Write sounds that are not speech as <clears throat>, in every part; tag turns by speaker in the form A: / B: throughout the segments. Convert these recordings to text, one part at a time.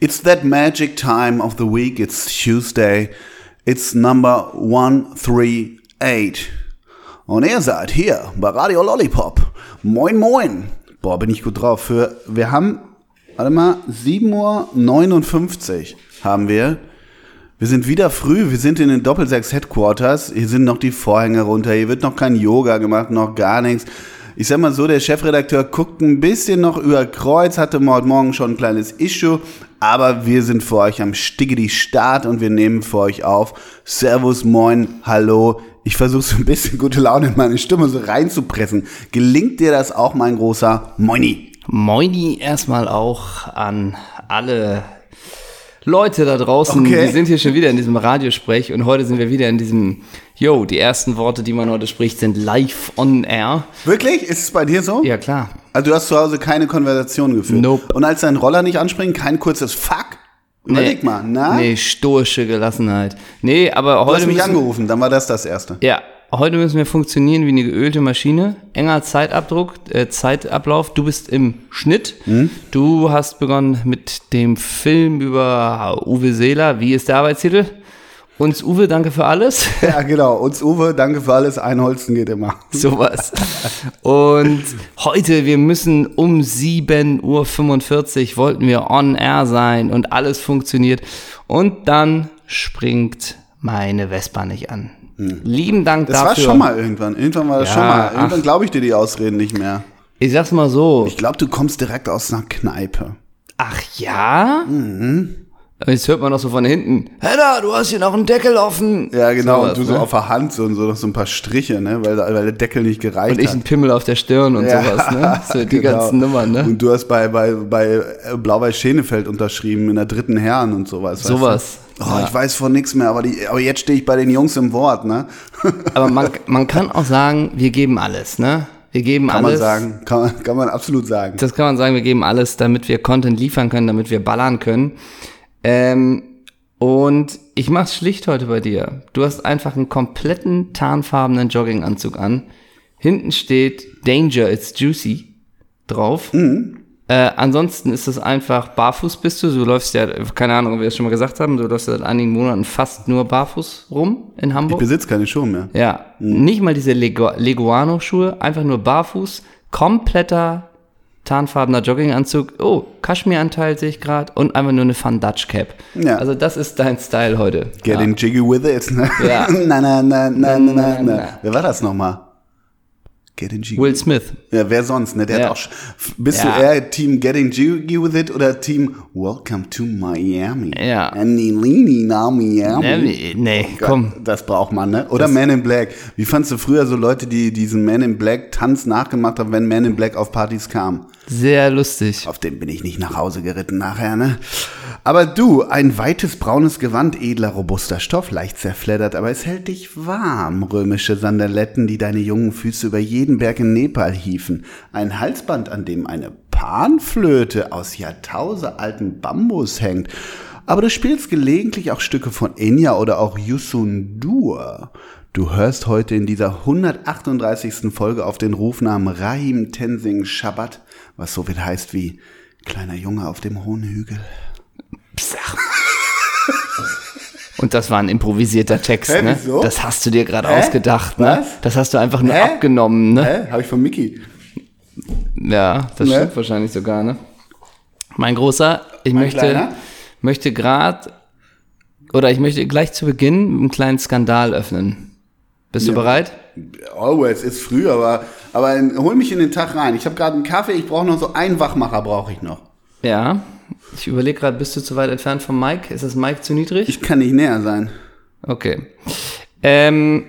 A: It's that magic time of the week. It's Tuesday. It's number 138. Und ihr seid hier bei Radio Lollipop. Moin, moin. Boah, bin ich gut drauf. Für, wir haben, warte mal, 7.59 Uhr haben wir. Wir sind wieder früh, wir sind in den Doppelsechs Headquarters. Hier sind noch die Vorhänge runter, hier wird noch kein Yoga gemacht, noch gar nichts. Ich sag mal so, der Chefredakteur guckt ein bisschen noch über Kreuz, hatte heute Morgen schon ein kleines Issue, aber wir sind für euch am Stiggedi Start und wir nehmen für euch auf. Servus, moin, hallo. Ich versuche so ein bisschen gute Laune in meine Stimme so reinzupressen. Gelingt dir das auch, mein großer Moini?
B: Moini erstmal auch an alle Leute da draußen.
A: Okay.
B: Wir sind hier schon wieder in diesem Radiosprech und heute sind wir wieder in diesem, yo, die ersten Worte, die man heute spricht, sind live on air.
A: Wirklich? Ist es bei dir so?
B: Ja, klar.
A: Also du hast zu Hause keine Konversation geführt.
B: Nope.
A: Und als dein Roller nicht anspringt, kein kurzes Fuck. Überleg
B: Nee.
A: mal, na?
B: Nee, stoische Gelassenheit. Nee, aber
A: Du
B: heute
A: hast Ah. mich
B: müssen,
A: angerufen, dann war das das Erste.
B: ja, heute müssen wir funktionieren wie eine geölte Maschine. Enger Zeitabdruck, äh, Zeitablauf. Du bist im Schnitt.
A: Mhm.
B: Du hast begonnen mit dem Film über Uwe Seeler. Wie ist der Arbeitstitel? Uns Uwe, danke für alles. <laughs>
A: Ja, genau. Uns Uwe, danke für alles. Ein Holzen geht immer.
B: sowas. Und heute, wir müssen um 7.45 Uhr wollten wir on air sein und alles funktioniert. Und dann springt meine Vespa nicht an. Lieben Dank
A: Mhm. Das
B: dafür.
A: war schon mal irgendwann. Irgendwann war das
B: Ja,
A: schon mal. Irgendwann
B: ach.
A: glaube ich dir die Ausreden nicht mehr.
B: Ich sag's mal so.
A: Ich glaube, du kommst direkt aus einer Kneipe.
B: Ach ja? Mhm. Jetzt hört man noch so von hinten. Hedda, du hast hier noch einen Deckel offen.
A: Ja, genau.
B: Sowas,
A: und du so
B: ne?
A: auf der Hand so und so noch so ein paar Striche, ne? Weil, weil der Deckel nicht gereicht
B: Und ich
A: hat.
B: einen Pimmel auf der Stirn und
A: Ja,
B: sowas, ne? So
A: <laughs>
B: die
A: genau.
B: ganzen Nummern, ne?
A: Und du hast bei, bei, bei Blau-Weiß-Schenefeld unterschrieben in der dritten Herren und sowas. weißt
B: Sowas.
A: Du? Oh, ich weiß von nichts mehr, aber, die, aber jetzt stehe ich bei den Jungs im Wort, ne?
B: Aber man, man kann auch sagen, wir geben alles, ne? Wir geben
A: Kann man
B: alles.
A: sagen. Kann man, kann man absolut sagen.
B: Das kann man sagen, wir geben alles, damit wir Content liefern können, damit wir ballern können. Ähm, und ich mach's schlicht heute bei dir. Du hast einfach einen kompletten tarnfarbenen Jogginganzug an. Hinten steht Danger, it's juicy drauf.
A: Mhm.
B: Äh, ansonsten ist es einfach barfuß bist du. Du läufst ja, keine Ahnung, ob wir das schon mal gesagt haben, du läufst seit einigen Monaten fast nur barfuß rum in
A: Ich
B: Hamburg.
A: besitze keine Schuhe mehr.
B: Ja,
A: Hm.
B: nicht mal diese Lego Leguano-Schuhe, einfach nur barfuß, kompletter tarnfarbener Jogginganzug. Oh, Kaschmiranteil sehe ich gerade und einfach nur eine Fun Dutch Cap.
A: Ja.
B: Also das ist dein Style heute. ja.
A: Getting jiggy with it. <laughs> Ne?
B: Ja.
A: na, na, na, na, na, na, na.
B: na.
A: Wer war das nochmal? Getting jiggy.
B: Will Smith.
A: ja, wer sonst? Ne? Der
B: Ja.
A: hat auch, sch- bist
B: Ja.
A: du eher Team Getting Jiggy with it oder Team Welcome to Miami?
B: Ja.
A: Annilini na Miami.
B: Nee, Ähm, nee komm.
A: Das braucht man, ne? Oder Man in Black. Wie fandst du früher so Leute, die diesen Man in Black Tanz nachgemacht haben, wenn Man in Black auf Partys kam?
B: Sehr lustig.
A: Auf den bin ich nicht nach Hause geritten nachher, ne? Aber du, ein weites braunes Gewand, edler, robuster Stoff, leicht zerfleddert, aber es hält dich warm, römische Sandaletten, die deine jungen Füße über jeden Berg in Nepal hiefen. Ein Halsband, an dem eine Panflöte aus jahrtausendealten Bambus hängt. Aber du spielst gelegentlich auch Stücke von Enya oder auch Yusundur. Du hörst heute in dieser 138. Folge auf den Rufnamen Rahim Tenzing Shabbat, was so viel heißt wie kleiner Junge auf dem hohen Hügel.
B: Und das war ein improvisierter Text,
A: Hä,
B: ne?
A: wieso?
B: Das hast du dir gerade
A: Hä?
B: ausgedacht, ne?
A: Was?
B: Das hast du einfach nur
A: Hä?
B: abgenommen, ne?
A: Hä? Habe ich von Mickey.
B: Ja, das
A: Ne?
B: stimmt wahrscheinlich sogar, ne? Mein großer, ich möchte,
A: Kleiner?
B: möchte gerade oder ich möchte gleich zu Beginn einen kleinen Skandal öffnen. Bist du bereit?
A: Always, ist früh, aber, aber in- hol mich in den Tag rein. Ich habe gerade einen Kaffee, ich brauche noch so einen Wachmacher, brauche ich noch.
B: Ja. Ich überlege gerade, bist du zu weit entfernt vom Mike? Ist das Mike zu niedrig?
A: Ich kann nicht näher sein.
B: Okay. Ähm,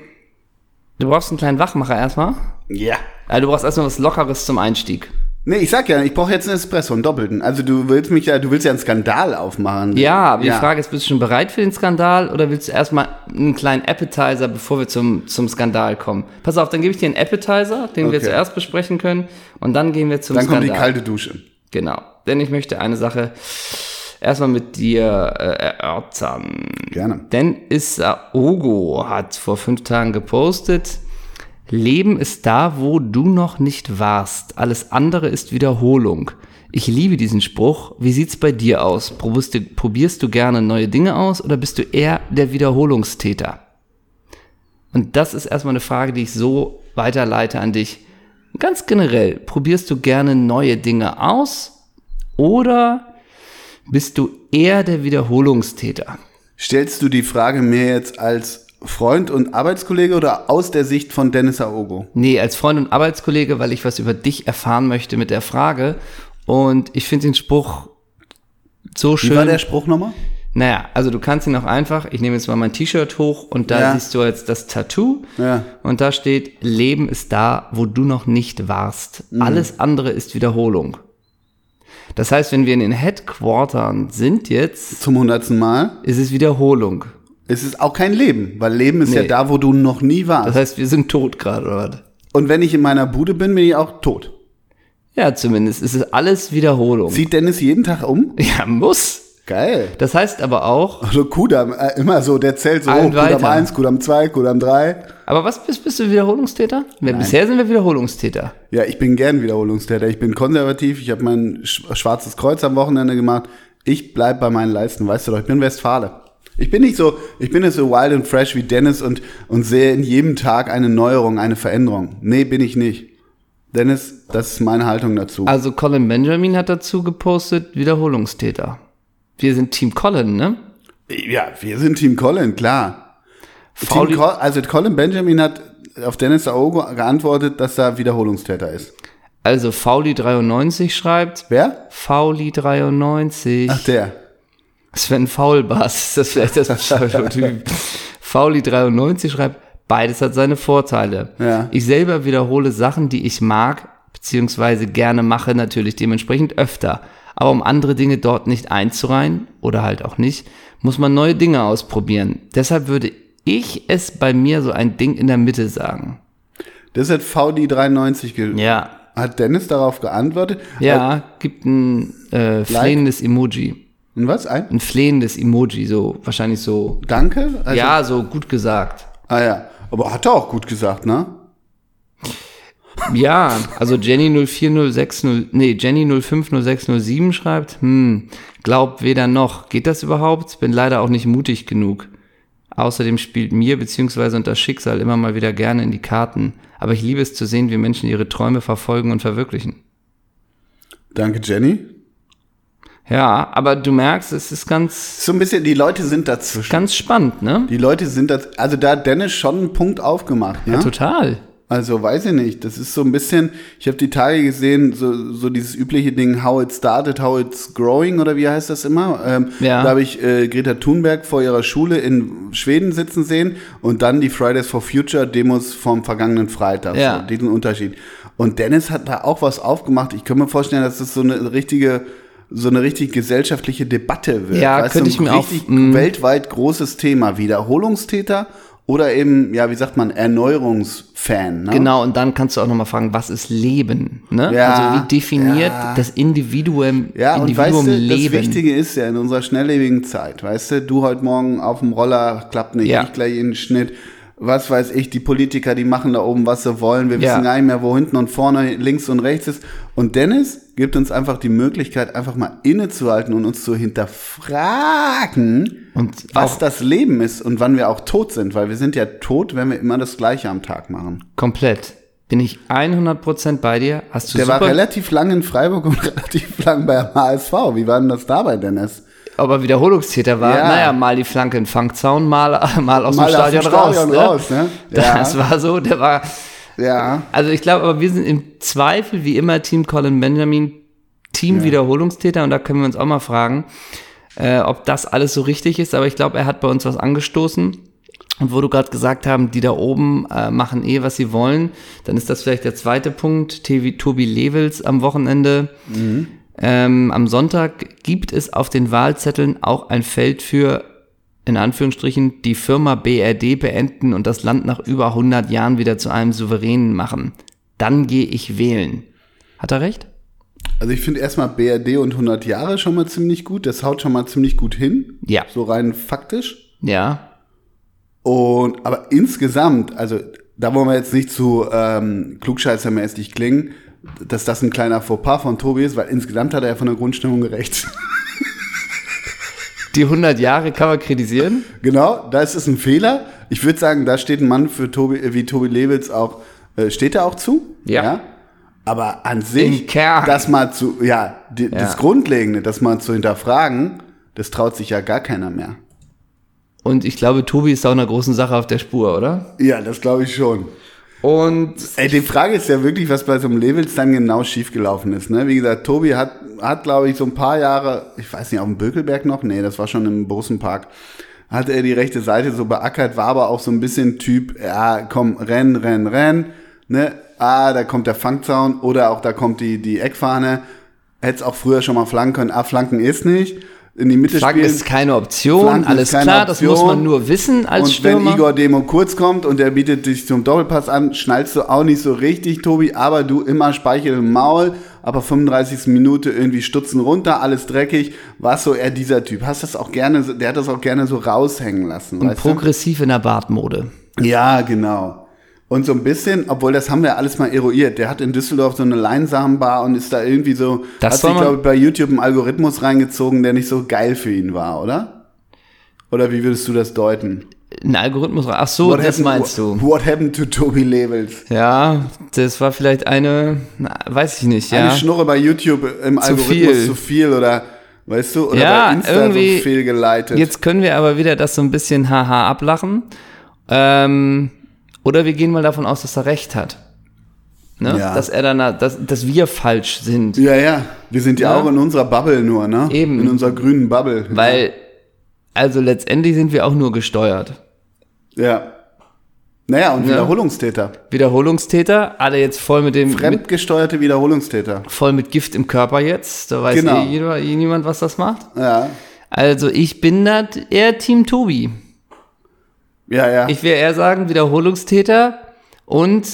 B: du brauchst einen kleinen Wachmacher erstmal.
A: Ja.
B: Äh, du brauchst erstmal was Lockeres zum Einstieg.
A: Nee, ich sag ja, ich brauche jetzt einen Espresso, einen doppelten. Also du willst mich ja, du willst ja einen Skandal aufmachen.
B: Ja, aber die Frage ist, bist du schon bereit für den Skandal oder willst du erstmal einen kleinen Appetizer, bevor wir zum, zum Skandal kommen? Pass auf, dann gebe ich dir einen Appetizer, den wir
A: Okay.
B: zuerst besprechen können und dann gehen wir zum
A: Dann kommt
B: Skandal.
A: die kalte Dusche.
B: genau, denn ich möchte eine Sache erstmal mit dir äh, erörtern.
A: Gerne.
B: Denn Isaogo hat vor fünf Tagen gepostet, Leben ist da, wo du noch nicht warst. Alles andere ist Wiederholung. Ich liebe diesen Spruch. Wie sieht's bei dir aus? Probierst du, probierst du gerne neue Dinge aus oder bist du eher der Wiederholungstäter? Und das ist erstmal eine Frage, die ich so weiterleite an dich. Ganz generell, probierst du gerne neue Dinge aus oder bist du eher der Wiederholungstäter?
A: Stellst du die Frage mir jetzt als Freund und Arbeitskollege oder aus der Sicht von Dennis Aogo?
B: Nee, als Freund und Arbeitskollege, weil ich was über dich erfahren möchte mit der Frage. Und ich finde den Spruch so schön.
A: Wie war der Spruch nochmal?
B: Naja, also du kannst ihn auch einfach, ich nehme jetzt mal mein T-Shirt hoch und da
A: Ja.
B: siehst du jetzt das Tattoo
A: Ja.
B: und da steht, Leben ist da, wo du noch nicht warst.
A: Mhm.
B: Alles andere ist Wiederholung. Das heißt, wenn wir in den Headquartern sind jetzt,
A: Zum hundertsten Mal.
B: ist es Wiederholung.
A: Es ist auch kein Leben, weil Leben ist ja
B: Nee.
A: da, wo du noch nie warst.
B: Das heißt, wir sind tot gerade, oder was?
A: Und wenn ich in meiner Bude bin, bin ich auch tot.
B: Ja, zumindest ist es alles Wiederholung.
A: Zieht Dennis jeden Tag um?
B: ja, muss.
A: Geil.
B: Das heißt aber auch,
A: Also Kudam, äh, immer so, der zählt so
B: Allen
A: hoch. Kudam
B: weiter.
A: 1, Kudam 2, Kudam 3.
B: aber was bist, bist du Wiederholungstäter? Wir, bisher sind wir Wiederholungstäter.
A: Ja, ich bin gern Wiederholungstäter. Ich bin konservativ. Ich habe mein Sch- schwarzes Kreuz am Wochenende gemacht. Ich bleib bei meinen Leisten. Weißt du doch, ich bin Westfale. Ich bin nicht so, ich bin nicht so wild and fresh wie Dennis und, und sehe in jedem Tag eine Neuerung, eine Veränderung. Nee, bin ich nicht. Dennis, das ist meine Haltung dazu.
B: Also Colin Benjamin hat dazu gepostet, Wiederholungstäter. Wir sind Team Colin, ne?
A: Ja, wir sind Team Colin, klar.
B: Fauli-
A: Team Col also Colin Benjamin hat auf Dennis Aogo geantwortet, dass er Wiederholungstäter ist.
B: Also Fauli93 schreibt,
A: Wer?
B: Fauli93,
A: Ach, der.
B: Sven Faulbass, ist das vielleicht das Pseudotyp? Fauli93 schreibt, beides hat seine Vorteile.
A: Ja.
B: Ich selber wiederhole Sachen, die ich mag, beziehungsweise gerne mache, natürlich dementsprechend öfter. Aber um andere Dinge dort nicht einzureihen, oder halt auch nicht, muss man neue Dinge ausprobieren. Deshalb würde ich es bei mir so ein Ding in der Mitte sagen.
A: Das hat VD93 ge
B: Ja,
A: Hat Dennis darauf geantwortet?
B: Ja,
A: Äh,
B: gibt ein äh, flehendes Emoji.
A: Und was? Ein
B: Ein flehendes Emoji, so wahrscheinlich so.
A: Danke? Also,
B: ja, so gut gesagt.
A: Ah ja. Aber hat er auch gut gesagt, ne?
B: Ja, also Jenny 0406 nee, Jenny 050607 schreibt, hm, glaub weder noch. Geht das überhaupt? Bin leider auch nicht mutig genug. Außerdem spielt mir bzw. unter Schicksal immer mal wieder gerne in die Karten. Aber ich liebe es zu sehen, wie Menschen ihre Träume verfolgen und verwirklichen.
A: Danke, Jenny.
B: Ja, aber du merkst, es ist ganz,
A: So ein bisschen, die Leute sind dazwischen.
B: ganz spannend, ne?
A: Die Leute sind das, also da hat Dennis schon einen Punkt aufgemacht, ne?
B: Total.
A: Also weiß ich nicht. Das ist so ein bisschen, ich habe die Tage gesehen, so, so dieses übliche Ding, how it started, how it's growing oder wie heißt das immer? Ähm,
B: Ja.
A: Da habe ich äh, Greta Thunberg vor ihrer Schule in Schweden sitzen sehen und dann die Fridays for Future Demos vom vergangenen Freitag.
B: Ja.
A: So, diesen Unterschied. Und Dennis hat da auch was aufgemacht. Ich kann mir vorstellen, dass das so eine richtige so eine richtig gesellschaftliche Debatte wird.
B: Ja,
A: du,
B: könnte ich mir
A: ein
B: auch-
A: richtig
B: mm.
A: weltweit großes Thema. Wiederholungstäter oder eben, ja, wie sagt man, Erneuerungsfan. Ne?
B: Genau, und dann kannst du auch nochmal fragen, was ist Leben? Ne?
A: Ja,
B: also wie definiert
A: ja.
B: das Individuum,
A: Ja, und weißt
B: Individuum
A: du, das
B: Leben?
A: Wichtige ist ja in unserer schnelllebigen Zeit, weißt du, du heute Morgen auf dem Roller, klappt nicht,
B: Ja.
A: ich gleich in den Schnitt, was weiß ich, die Politiker, die machen da oben, was sie wollen, wir
B: Ja.
A: wissen gar nicht mehr, wo hinten und vorne, links und rechts ist. Und Dennis gibt uns einfach die Möglichkeit, einfach mal innezuhalten und uns zu hinterfragen,
B: und
A: was
B: auch
A: das Leben ist und wann wir auch tot sind, weil wir sind ja tot, wenn wir immer das Gleiche am Tag machen.
B: komplett. Bin ich 100% bei dir? Hast du
A: Der war
B: super,
A: relativ lang in Freiburg und <laughs> relativ lang beim HSV. Wie war denn das dabei, Dennis?
B: ob er Wiederholungstäter war?
A: Ja.
B: Naja, mal die Flanke in Fangzaun, mal, <laughs> mal aus
A: Mal aus
B: dem
A: dem
B: Stadion,
A: Stadion
B: raus.
A: raus,
B: <laughs>
A: ne? Ja.
B: Das war so, der war,
A: Ja.
B: also ich glaube, aber wir sind im Zweifel wie immer Team Colin Benjamin, Team Wiederholungstäter und da können wir uns auch mal fragen, äh, ob das alles so richtig ist. Aber ich glaube, er hat bei uns was angestoßen. Und wo du gerade gesagt haben, die da oben äh, machen eh, was sie wollen, dann ist das vielleicht der zweite Punkt. TV, Tobi Levels am Wochenende. Ähm, am Sonntag gibt es auf den Wahlzetteln auch ein Feld für, in Anführungsstrichen, die Firma BRD beenden und das Land nach über 100 Jahren wieder zu einem Souveränen machen. Dann gehe ich wählen. Hat er recht?
A: Also ich finde erstmal BRD und 100 Jahre schon mal ziemlich gut. Das haut schon mal ziemlich gut hin.
B: Ja.
A: So rein faktisch.
B: Ja.
A: Und aber insgesamt, also da wollen wir jetzt nicht zu ähm, klugscheißermäßig klingen, dass das ein kleiner Fauxpas von Tobi ist, weil insgesamt hat er ja von der Grundstimmung gerecht. <laughs>
B: Die 100 Jahre kann man kritisieren.
A: genau, das ist ein Fehler. Ich würde sagen, da steht ein Mann für Tobi, äh, wie Tobi Lewitz auch, äh, steht er auch zu.
B: Ja.
A: Aber an sich,
B: Im Kern.
A: das mal zu, ja, die, das
B: Ja.
A: Grundlegende, das mal zu hinterfragen, das traut sich ja gar keiner mehr.
B: Und ich glaube, Tobi ist auch einer großen Sache auf der Spur, oder?
A: Ja, das glaube ich schon.
B: Und
A: Ey, die Frage ist ja wirklich, was bei so einem Levels dann genau schiefgelaufen ist. Ne? Wie gesagt, Tobi hat, hat glaube ich, so ein paar Jahre, ich weiß nicht, auf dem Bökelberg noch? Nee, das war schon im Borussenpark. Hat er die rechte Seite so beackert, war aber auch so ein bisschen Typ, ja, komm, renn, renn, renn. Ne? Ah, da kommt der Fangzaun oder auch da kommt die, die Eckfahne. Hätt's auch früher schon mal flanken können. Ah, flanken ist nicht. In die Mitte
B: Flanken
A: spielen.
B: ist keine Option,
A: Flanken ist
B: alles
A: keine
B: klar, das muss
A: Option.
B: man nur wissen als
A: und
B: Stürmer.
A: wenn Igor Demo kurz kommt und er bietet dich zum Doppelpass an, schnallst du auch nicht so richtig, Tobi, aber du immer Speichel im Maul, aber 35. Minute irgendwie Stutzen runter, alles dreckig, warst so eher dieser Typ. Hast das auch gerne, so- der hat das auch gerne so raushängen lassen,
B: und
A: weißt du?
B: progressiv in der Bartmode.
A: Ja, genau. Und so ein bisschen, obwohl das haben wir alles mal eruiert. Der hat in Düsseldorf so eine Leinsamenbar und ist da irgendwie so,
B: Das
A: hat
B: soll
A: sich,
B: man-
A: glaube ich, bei YouTube einen Algorithmus reingezogen, der nicht so geil für ihn war, oder? Oder wie würdest du das deuten?
B: Ein Algorithmus. Ach so, das
A: happened-
B: meinst du.
A: What happened to Tobi Levels?
B: Ja, das war vielleicht eine, na, weiß ich nicht,
A: Eine
B: ja.
A: Schnurre bei YouTube im Algorithmus
B: viel.
A: zu viel oder, weißt du, oder
B: Ja,
A: bei Insta
B: irgendwie-
A: so fehlgeleitet.
B: Jetzt können wir aber wieder das so ein bisschen haha ablachen. Ähm, oder wir gehen mal davon aus, dass er recht hat. Ne?
A: Ja.
B: Dass er dann, dass, dass wir falsch sind.
A: ja, ja, wir sind ja,
B: Ja.
A: auch in unserer Bubble nur, ne?
B: Eben.
A: In unserer grünen Bubble.
B: Weil, also letztendlich sind wir auch nur gesteuert.
A: Ja. Naja, und
B: Ja.
A: Wiederholungstäter.
B: Wiederholungstäter, alle jetzt voll mit dem, mit,
A: Fremdgesteuerte Wiederholungstäter.
B: voll mit Gift im Körper jetzt. Da weiß
A: Genau.
B: eh, jeder, eh niemand, was das macht.
A: Ja.
B: Also ich bin da eher Team Tobi.
A: Ja, ja.
B: Ich will eher sagen, Wiederholungstäter und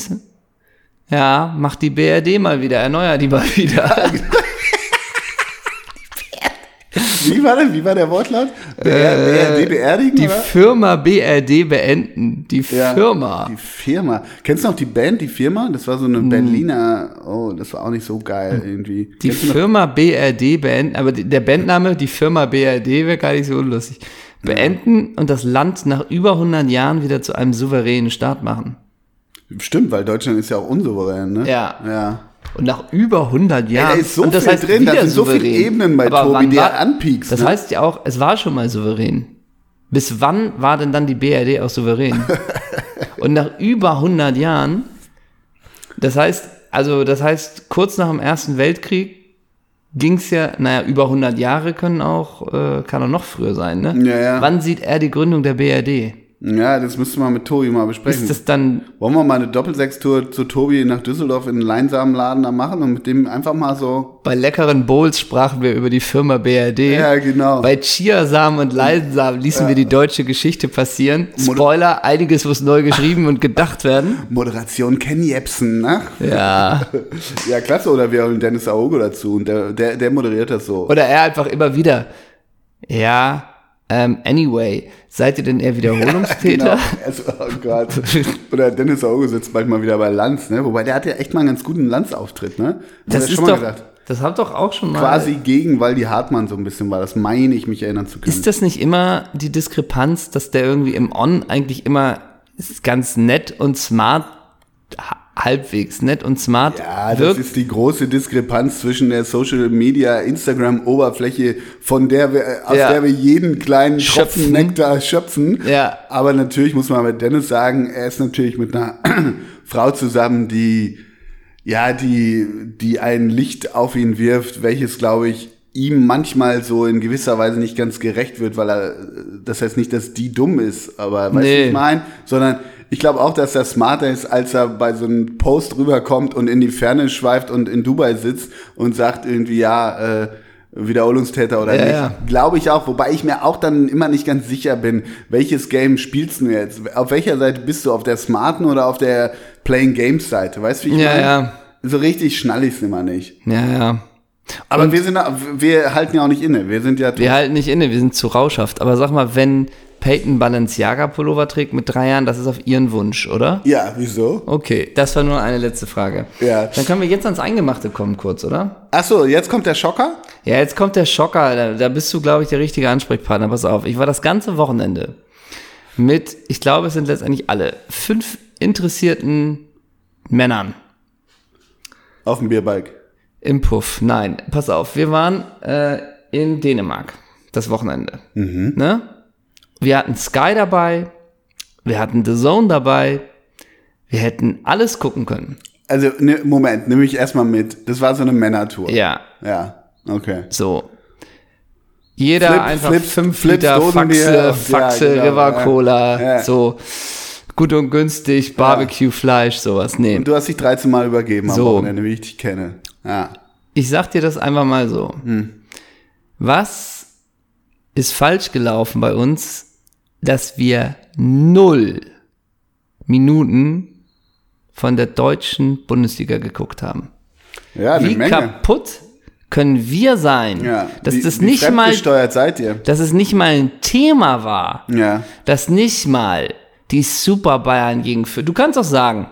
B: ja, mach die BRD mal wieder, erneuer die mal
A: <laughs>
B: wieder. <laughs>
A: wie, war der, wie war der Wortlaut? BR, BRD beerdigen?
B: Äh, Die
A: oder?
B: Firma BRD beenden. Die
A: Ja.
B: Firma. Hm.
A: Die Firma. Kennst du noch die Band, die Firma? Das war so eine Berliner. Oh, das war auch nicht so geil irgendwie.
B: Die
A: Kennst du noch-
B: Firma BRD beenden, aber die- der Bandname, die Firma BRD, wäre gar nicht so unlustig. Beenden und das Land nach über 100 Jahren wieder zu einem souveränen Staat machen.
A: Stimmt, weil Deutschland ist ja auch unsouverän, ne?
B: Ja.
A: Ja.
B: Und nach über 100 Jahren.
A: da ist so
B: und das
A: viel
B: heißt
A: drin, da
B: wieder
A: sind so viele
B: souverän.
A: Ebenen bei Tobi,
B: wann
A: die er
B: war-
A: anpiekst,
B: Das
A: ne?
B: heißt ja auch, es war schon mal souverän. Bis wann war denn dann die BRD
A: <laughs>
B: auch souverän? und nach über 100 Jahren, das heißt, also das heißt, kurz nach dem Ersten Weltkrieg ging's ja, naja, über 100 Jahre können auch, äh, kann auch noch früher sein, ne?
A: Ja, ja.
B: Wann sieht er die Gründung der BRD?
A: Ja, das müsste man mit Tobi mal besprechen.
B: Ist das dann
A: Wollen wir mal eine Doppelsechstour zu Tobi nach Düsseldorf in einen Leinsamenladen da machen und mit dem einfach mal so.
B: Bei leckeren Bowls sprachen wir über die Firma BRD.
A: Ja, genau.
B: Bei Chiasamen und Leinsamen ließen wir die deutsche Geschichte passieren. Spoiler, einiges muss neu geschrieben und gedacht werden.
A: Moderation Ken Jebsen, ne?
B: Ja.
A: Ja, klasse, oder wir holen Dennis Aogo dazu und der, der, der moderiert das so.
B: <laughs> Oder er einfach immer wieder. Ja, ähm, anyway, seid ihr denn eher Wiederholungstäter?
A: Also, oh Gott. Oder Dennis Aogo sitzt manchmal wieder bei Lanz, ne? Wobei der hat ja echt mal einen ganz guten Lanz-Auftritt, ne? Haben wir
B: Das ist
A: schon
B: doch,
A: mal gesagt.
B: das habt doch auch schon mal.
A: Quasi gegen Waldi Hartmann so ein bisschen war, das meine ich mich erinnern zu können.
B: Ist das nicht immer die Diskrepanz, dass der irgendwie im On eigentlich immer ist ganz nett und smart, ha- halbwegs nett und smart
A: Ja, das
B: wirkt
A: ist die große Diskrepanz zwischen der Social Media Instagram Oberfläche, von der wir, aus
B: Ja.
A: der wir jeden kleinen
B: Schöpfen.
A: Tropfen Nektar schöpfen.
B: Ja.
A: Aber natürlich muss man bei Dennis sagen, er ist natürlich mit einer <clears throat> Frau zusammen, die, ja, die, die ein Licht auf ihn wirft, welches, glaube ich, ihm manchmal so in gewisser Weise nicht ganz gerecht wird, weil er, das heißt nicht, dass die dumm ist, aber weißt du,
B: Nee.
A: was ich meine? Sondern ich glaube auch, dass er smarter ist, als er bei so einem Post rüberkommt und in die Ferne schweift und in Dubai sitzt und sagt irgendwie, ja, äh, Wiederholungstäter oder
B: Ja,
A: nicht.
B: ja.
A: Glaube ich auch, wobei ich mir auch dann immer nicht ganz sicher bin, welches Game spielst du jetzt? Auf welcher Seite bist du? Auf der smarten oder auf der Playing Games Seite? Weißt du, wie ich
B: Ja,
A: meine?
B: ja.
A: So richtig schnall ich's immer nicht.
B: Ja, ja.
A: Aber wir sind, wir halten ja auch nicht inne. Wir sind ja
B: Wir halten nicht inne, wir sind zu rauschhaft. Aber sag mal, wenn Peyton Balenciaga Pullover trägt mit drei Jahren, das ist auf Ihren Wunsch, oder?
A: Ja, wieso?
B: Okay, das war nur eine letzte Frage.
A: Ja.
B: Dann können wir jetzt ans Eingemachte kommen kurz, oder?
A: Achso, jetzt kommt der Schocker?
B: Ja, jetzt kommt der Schocker. Da, da bist du, glaube ich, der richtige Ansprechpartner. Pass auf, ich war das ganze Wochenende mit, ich glaube, es sind letztendlich alle, fünf interessierten Männern
A: Auf dem Bierbike.
B: im Puff. Nein, pass auf, wir waren äh, in Dänemark das Wochenende.
A: Mhm.
B: Ne? Wir hatten Sky dabei, wir hatten The Zone dabei, wir hätten alles gucken können.
A: Also, ne, Moment, nehme ich erstmal mit. Das war so eine Männertour.
B: Ja,
A: Ja, okay.
B: So. Jeder
A: Flip-
B: einfach
A: Flips-
B: fünf
A: Flips,
B: Liter
A: Dosenbier. Ja,
B: Faxe, Faxe,
A: genau,
B: River
A: ja.
B: Cola,
A: Ja.
B: so gut und günstig, Barbecue-Fleisch, sowas. Nee.
A: Und du hast dich 13 Mal übergeben am
B: So.
A: Wochenende, wie ich dich kenne. Ja.
B: Ich sag dir das einfach mal so.
A: Hm.
B: Was ist falsch gelaufen bei uns, dass wir null Minuten von der deutschen Bundesliga geguckt haben?
A: Ja, eine
B: Wie
A: Menge.
B: kaputt können wir sein,
A: ja.
B: dass
A: wie,
B: das
A: wie
B: nicht mal
A: fremdgesteuert seid ihr.
B: dass es nicht mal ein Thema war,
A: Ja.
B: dass nicht mal die Super Bayern gegen Fü- Du kannst auch sagen,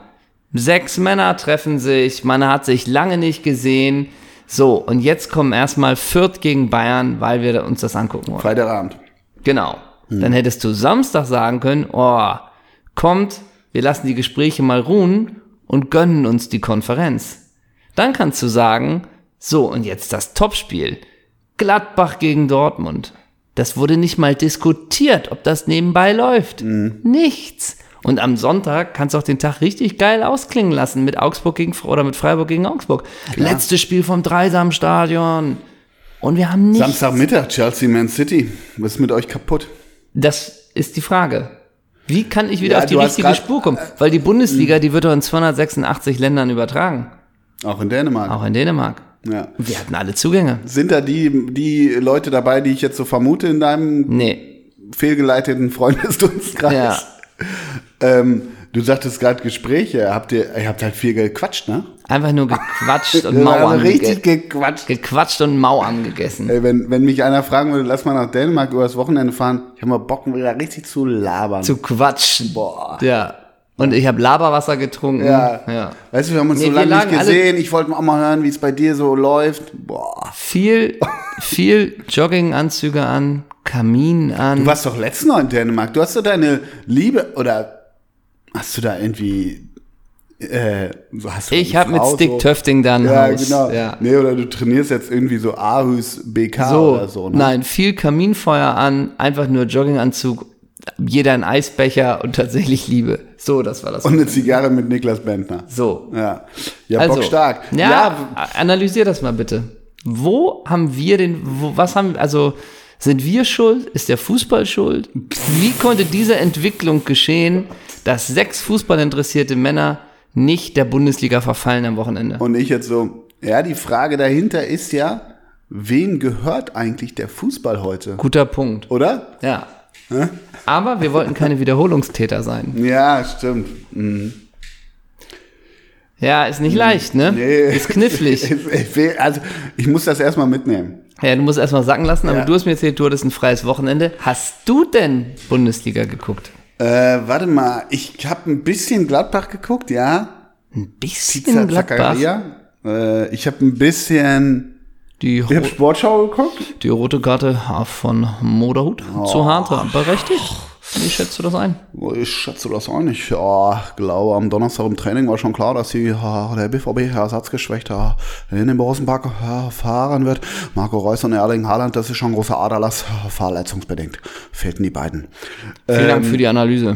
B: sechs Männer treffen sich, man hat sich lange nicht gesehen. So, und jetzt kommen erstmal Fürth gegen Bayern, weil wir uns das angucken wollen.
A: Freitagabend.
B: Genau. Dann hättest du Samstag sagen können, oh, kommt, wir lassen die Gespräche mal ruhen und gönnen uns die Konferenz. Dann kannst du sagen, so und jetzt das Topspiel. Gladbach gegen Dortmund. Das wurde nicht mal diskutiert, ob das nebenbei läuft. Nichts. Und am Sonntag kannst du auch den Tag richtig geil ausklingen lassen mit Augsburg gegen oder mit Freiburg gegen Augsburg. Letztes Spiel vom Dreisamstadion. Und wir haben nichts.
A: Samstagmittag, Chelsea Man City. Was ist mit euch kaputt?
B: Das ist die Frage. Wie kann ich wieder
A: Ja,
B: auf die
A: du hast
B: richtige
A: grad- äh,
B: Spur kommen? Weil die Bundesliga, die wird doch in 286 Ländern übertragen.
A: Auch in Dänemark.
B: Auch in Dänemark.
A: Ja.
B: Wir hatten alle Zugänge.
A: Sind da die, die Leute dabei, die ich jetzt so vermute in deinem
B: Nee.
A: fehlgeleiteten Freundesdunstkreis?
B: Ja.
A: Ähm, du sagtest gerade Gespräche. Habt ihr, ihr habt halt viel gequatscht, ne?
B: Einfach nur
A: <laughs>
B: gequatscht und
A: Wir haben
B: Mauern
A: richtig
B: gegessen.
A: gequatscht. Äh.
B: Gequatscht und Mauern gegessen.
A: Ey, wenn, wenn mich einer fragen würde, lass mal nach Dänemark übers Wochenende fahren, ich habe mal Bock, wieder richtig zu labern.
B: Zu quatschen.
A: Boah.
B: Ja. Und ich habe Laberwasser getrunken.
A: Ja.
B: ja.
A: Weißt du, wir haben uns
B: Nee,
A: so
B: wir
A: lange nicht
B: lagen also alle-
A: gesehen. Ich wollte auch mal hören, wie es bei dir so läuft. Boah.
B: Viel, viel Jogginganzüge an, Kamin
A: Du
B: an.
A: warst doch letztens noch in Dänemark. Du hast doch deine Liebe oder hast du da irgendwie äh, hast du
B: Ich
A: eine
B: habe mit
A: Frau
B: Stick Töfting da ein
A: Ja,
B: Haus.
A: genau.
B: Ja.
A: Nee, oder du trainierst jetzt irgendwie so Aarhus BK
B: So,
A: oder so. Ne?
B: nein, viel Kaminfeuer an, einfach nur Jogginganzug, jeder ein Eisbecher und tatsächlich Liebe. So, das war das.
A: Und eine Zigarre mit Niklas Bentner.
B: so. Also,
A: Ja. Ja, bockstark.
B: Ja, analysier das mal bitte. Wo haben wir den, wo, was haben, also sind wir schuld? Ist der Fußball schuld? Wie konnte diese Entwicklung geschehen, dass sechs fußballinteressierte Männer nicht der Bundesliga verfallen am Wochenende?
A: Und ich jetzt so, ja, die Frage dahinter ist ja, wem gehört eigentlich der Fußball heute?
B: Guter Punkt.
A: Oder?
B: Ja. Aber wir wollten keine Wiederholungstäter sein.
A: Ja, stimmt.
B: Ja, ist nicht leicht, ne?
A: Hm. Nee. <laughs>
B: Ist knifflig.
A: Ich, ich will, also, ich muss das erstmal mitnehmen.
B: Ja, du musst erstmal sacken lassen, aber
A: Ja.
B: du hast mir erzählt, du hattest ein freies Wochenende. Hast du denn Bundesliga geguckt?
A: Äh, warte mal, ich habe ein bisschen Gladbach geguckt, ja.
B: Ein bisschen
A: Pizza
B: Gladbach.
A: Zaccaria. Äh, ich habe ein bisschen.
B: Die,
A: Ich habe
B: ro
A: Sportschau geguckt.
B: die rote Karte von Moderhut zu Harter. Berechtigt. Wie schätzt du das ein?
A: Oh, Ich schätze das auch nicht. Ja, ich glaube, am Donnerstag im Training war schon klar, dass die, ja, der BVB Ersatzgeschwächter äh, in den Borussenpark ja, fahren wird. Marco Reus und Erling Haaland, das ist schon ein großer Aderlass. äh, Verletzungsbedingt fehlten die beiden. Äh,
B: Vielen Dank
A: Ähm,
B: für die Analyse.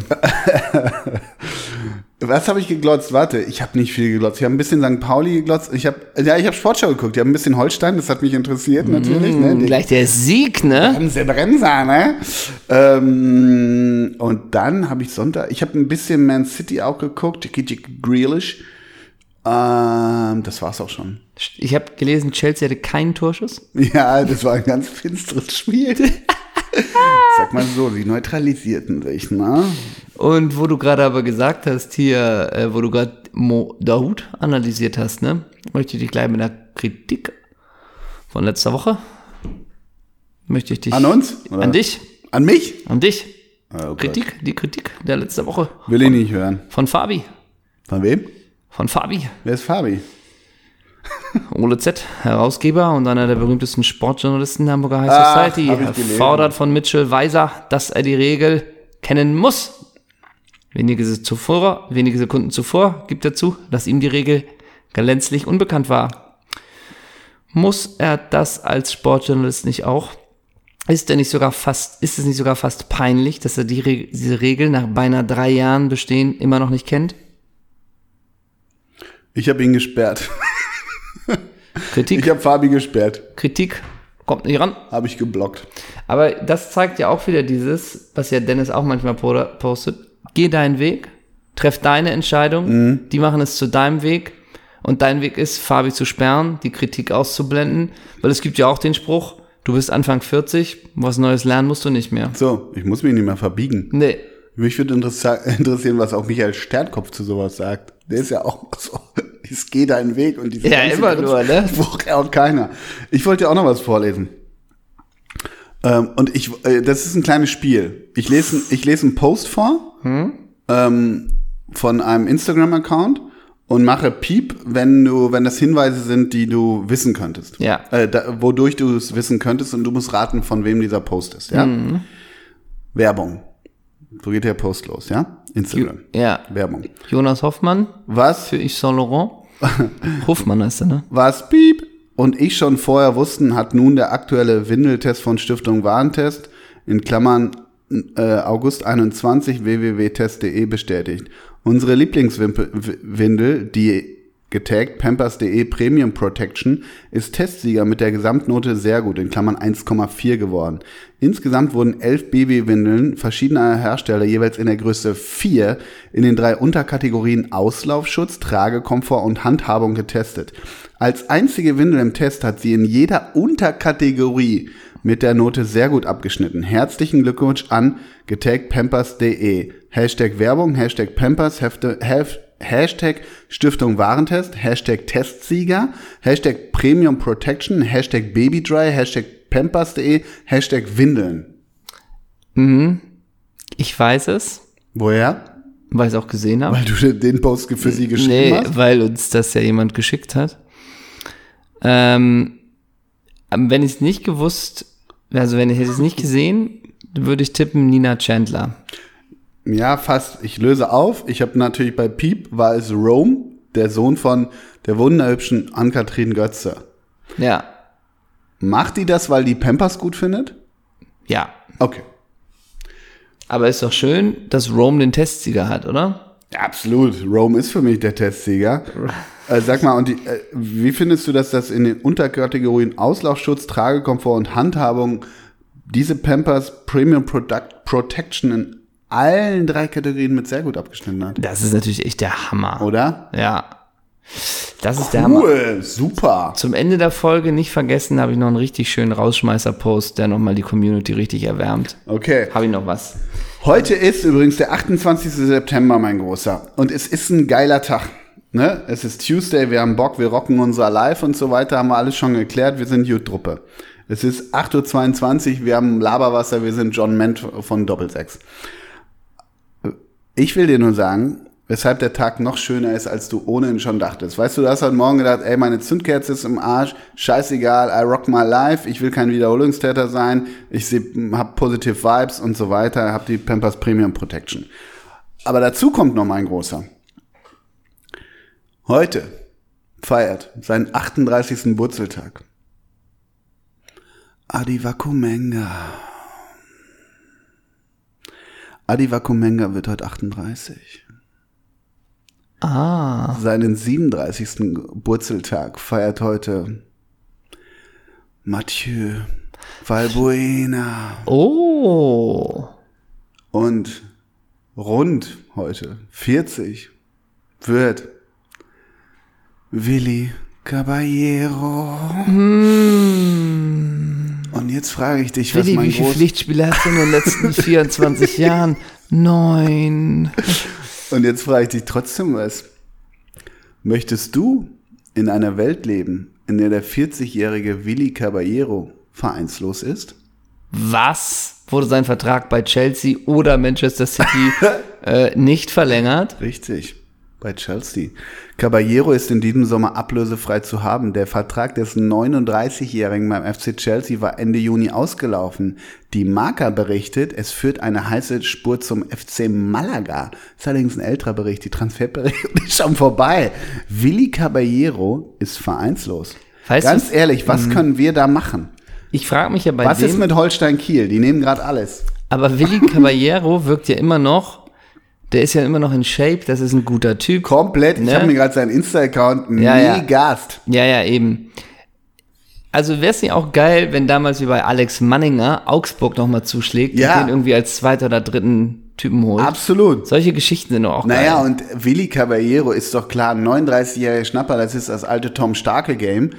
A: Was habe ich geglotzt? Warte, ich habe nicht viel geglotzt. Ich habe ein bisschen St. Pauli geglotzt. Ich habe, ja, ich habe Sportschau geguckt. Ich habe ein bisschen Holstein. Das hat mich interessiert natürlich. ne? Die
B: Gleich der Sieg, ne?
A: Bremse, Bremser, ne? Ähm, und dann habe ich Sonntag, ich habe ein bisschen Man City auch geguckt. Jiki Jiki Grealish. Ähm, das war's auch schon. <laughs>
B: Ich habe gelesen, Chelsea hatte keinen Torschuss.
A: Ja, das war ein ganz finsteres <laughs> Spiel. Sag mal so, die neutralisierten sich, ne?
B: Und wo du gerade aber gesagt hast, hier, äh, wo du gerade Mo Dahoud analysiert hast, ne? Möchte ich dich gleich mit einer Kritik von letzter Woche. Möchte ich dich.
A: An uns? Oder?
B: An dich.
A: An mich?
B: An dich.
A: Oh Gott.
B: Kritik, die Kritik der letzte Woche
A: Will ich nicht hören.
B: von Fabi.
A: Von wem?
B: Von Fabi,
A: Wer ist Fabi?
B: Ole Z, Herausgeber und einer der berühmtesten Sportjournalisten der Hamburger High
A: Ach,
B: Society,
A: Ah, hab ich gelesen.
B: fordert von Mitchell Weiser, dass er die Regel kennen muss. Wenige, se- zuvor, wenige Sekunden zuvor gibt er zu, dass ihm die Regel gänzlich unbekannt war. Muss er das als Sportjournalist nicht auch? Ist, er nicht sogar fast, ist es nicht sogar fast peinlich, dass er die Re diese Regel nach beinahe drei Jahren Bestehen immer noch nicht kennt?
A: Ich habe ihn gesperrt. <laughs>
B: Kritik,
A: Ich habe Fabi gesperrt.
B: Kritik, kommt nicht ran.
A: Habe ich geblockt.
B: Aber das zeigt ja auch wieder dieses, was ja Dennis auch manchmal po- postet. Geh deinen Weg, treff deine Entscheidung, die machen es zu deinem Weg. Und dein Weg ist, Fabi zu sperren, die Kritik auszublenden. Weil es gibt ja auch den Spruch, du bist Anfang 40, was Neues lernen musst du nicht mehr.
A: So, ich muss mich nicht mehr verbiegen.
B: Nee,
A: Mich würde interessa- <laughs> interessieren, was auch Michael Sternkopf zu sowas sagt. Der ist ja auch so. <laughs> Es geht deinen Weg und diese
B: Ja,
A: ganze
B: immer nur, ne?
A: <laughs> Spruch auch keiner. Ich wollte ja auch noch was vorlesen. Ähm, und ich, äh, das ist ein kleines Spiel. Ich lese, ich lese einen Post vor
B: Hm?
A: ähm, von einem Instagram-Account und mache Piep, wenn du, wenn das Hinweise sind, die du wissen könntest.
B: Ja.
A: Äh, da, wodurch du es wissen könntest und du musst raten, von wem dieser Post ist. Ja. Werbung. So geht der Post los, ja? Instagram.
B: ja.
A: Werbung.
B: Jonas Hoffmann
A: Was
B: für Ich Saint Laurent. Hoffmann heißt er, ne?
A: was piep und ich schon vorher wussten, hat nun der aktuelle Windeltest von Stiftung Warentest in Klammern äh, August 21 www.test.de E bestätigt. Unsere Lieblingswindel, die getaggt Pampers.de E Premium Protection, ist Testsieger mit der Gesamtnote sehr gut, in Klammern 1,4 geworden. Insgesamt wurden elf Babywindeln verschiedener Hersteller jeweils in der Größe 4 in den drei Unterkategorien Auslaufschutz, Tragekomfort und Handhabung getestet. Als einzige Windel im Test hat sie in jeder Unterkategorie mit der Note sehr gut abgeschnitten. Herzlichen Glückwunsch an getagpampers.de. Hashtag Werbung, Hashtag Pampers, Hefte, Hef, Hashtag Stiftung Warentest, Hashtag Testsieger, Hashtag Premium Protection, Hashtag Babydry, Hashtag Pampers.de, Hashtag Windeln.
B: Ich weiß es,
A: Woher?
B: weil ich es auch gesehen habe.
A: Weil du den Post für sie geschrieben
B: nee,
A: hast?
B: weil uns das ja jemand geschickt hat. Ähm, wenn ich es nicht gewusst, also wenn ich hätte es nicht gesehen, würde ich tippen Nina Chandler.
A: Ja, fast. Ich löse auf. Ich habe natürlich bei Piep war es Rome, der Sohn von der wunderhübschen Ann-Kathrin Götze.
B: Ja,
A: Macht die das, weil die Pampers gut findet?
B: ja.
A: Okay.
B: Aber ist doch schön, dass Rome den Testsieger hat, oder?
A: Absolut. Rome ist für mich der Testsieger. Äh, sag mal, und die, äh, wie findest du, dass das in den Unterkategorien Auslaufschutz, Tragekomfort und Handhabung diese Pampers Premium Product Protection in allen drei Kategorien mit sehr gut abgeschnitten hat?
B: Das ist natürlich echt der Hammer.
A: Oder?
B: Ja. Das ist der Hammer.
A: Cool, super.
B: Zum Ende der Folge nicht vergessen, habe ich noch einen richtig schönen Rausschmeißer-Post, der nochmal die Community richtig erwärmt.
A: Okay.
B: Habe ich noch was?
A: Heute ist übrigens der 28. September, mein Großer. Und es ist ein geiler Tag. Ne? Es ist Tuesday, wir haben Bock, wir rocken unser Live und so weiter, haben wir alles schon geklärt, wir sind Jutruppe. Es ist 8.22 Uhr, wir haben Laberwasser, wir sind John Ment von Doppelsechs. Ich will dir nur sagen, weshalb der Tag noch schöner ist, als du ohnehin schon dachtest. Weißt du, du hast heute Morgen gedacht, ey, meine Zündkerze ist im Arsch, scheißegal, I rock my life, ich will kein Wiederholungstäter sein, ich seh, hab positive Vibes und so weiter, hab die Pampers Premium Protection. Aber dazu kommt noch mein großer. Heute feiert seinen 38. Wurzeltag. Adi Wakumenga. Adi Wakumenga wird heute 38.
B: Ah,
A: Seinen 37. Geburtstag feiert heute Mathieu Valbuena.
B: oh.
A: Und rund heute 40 wird Willi Caballero. Und jetzt frage ich dich, was
B: Willi,
A: mein
B: wie viele
A: groß
B: Pflichtspiele hast du in
A: <laughs>
B: den letzten 24 Jahren? Neun.
A: Und jetzt frage ich dich trotzdem was. Möchtest du in einer Welt leben, in der der 40-jährige Willi Caballero vereinslos ist?
B: was wurde sein Vertrag bei Chelsea oder
A: <laughs>
B: Manchester City äh, nicht verlängert?
A: Richtig. Bei Chelsea. Caballero ist in diesem Sommer ablösefrei zu haben. Der Vertrag des 39-Jährigen beim FC Chelsea war Ende Juni ausgelaufen. Die Marker berichtet, es führt eine heiße Spur zum FC Malaga. Ist allerdings ein älterer Bericht. Die Transferberichte <laughs> sind schon vorbei. Willi Caballero ist vereinslos.
B: Weißt du-
A: Ganz ehrlich, was können wir da machen?
B: Ich frage mich ja bei
A: Was
B: dem,
A: ist mit Holstein Kiel? Die nehmen gerade alles. <laughs>
B: aber Willi Caballero wirkt ja immer noch, der ist ja immer noch in Shape, das ist ein guter Typ.
A: Komplett. Ich
B: Ne?
A: habe mir gerade seinen Insta-Account nie
B: Ja, ja.
A: gast.
B: Ja, ja, eben. Also wäre es nicht auch geil, wenn damals wie bei Alex Manninger Augsburg nochmal zuschlägt
A: Ja.
B: und den irgendwie als zweiter oder dritten Typen holt.
A: Absolut.
B: Solche Geschichten sind doch auch geil.
A: Naja, und Willi Caballero ist doch klar ein 39-jähriger Schnapper, das ist das alte Tom Starke-Game.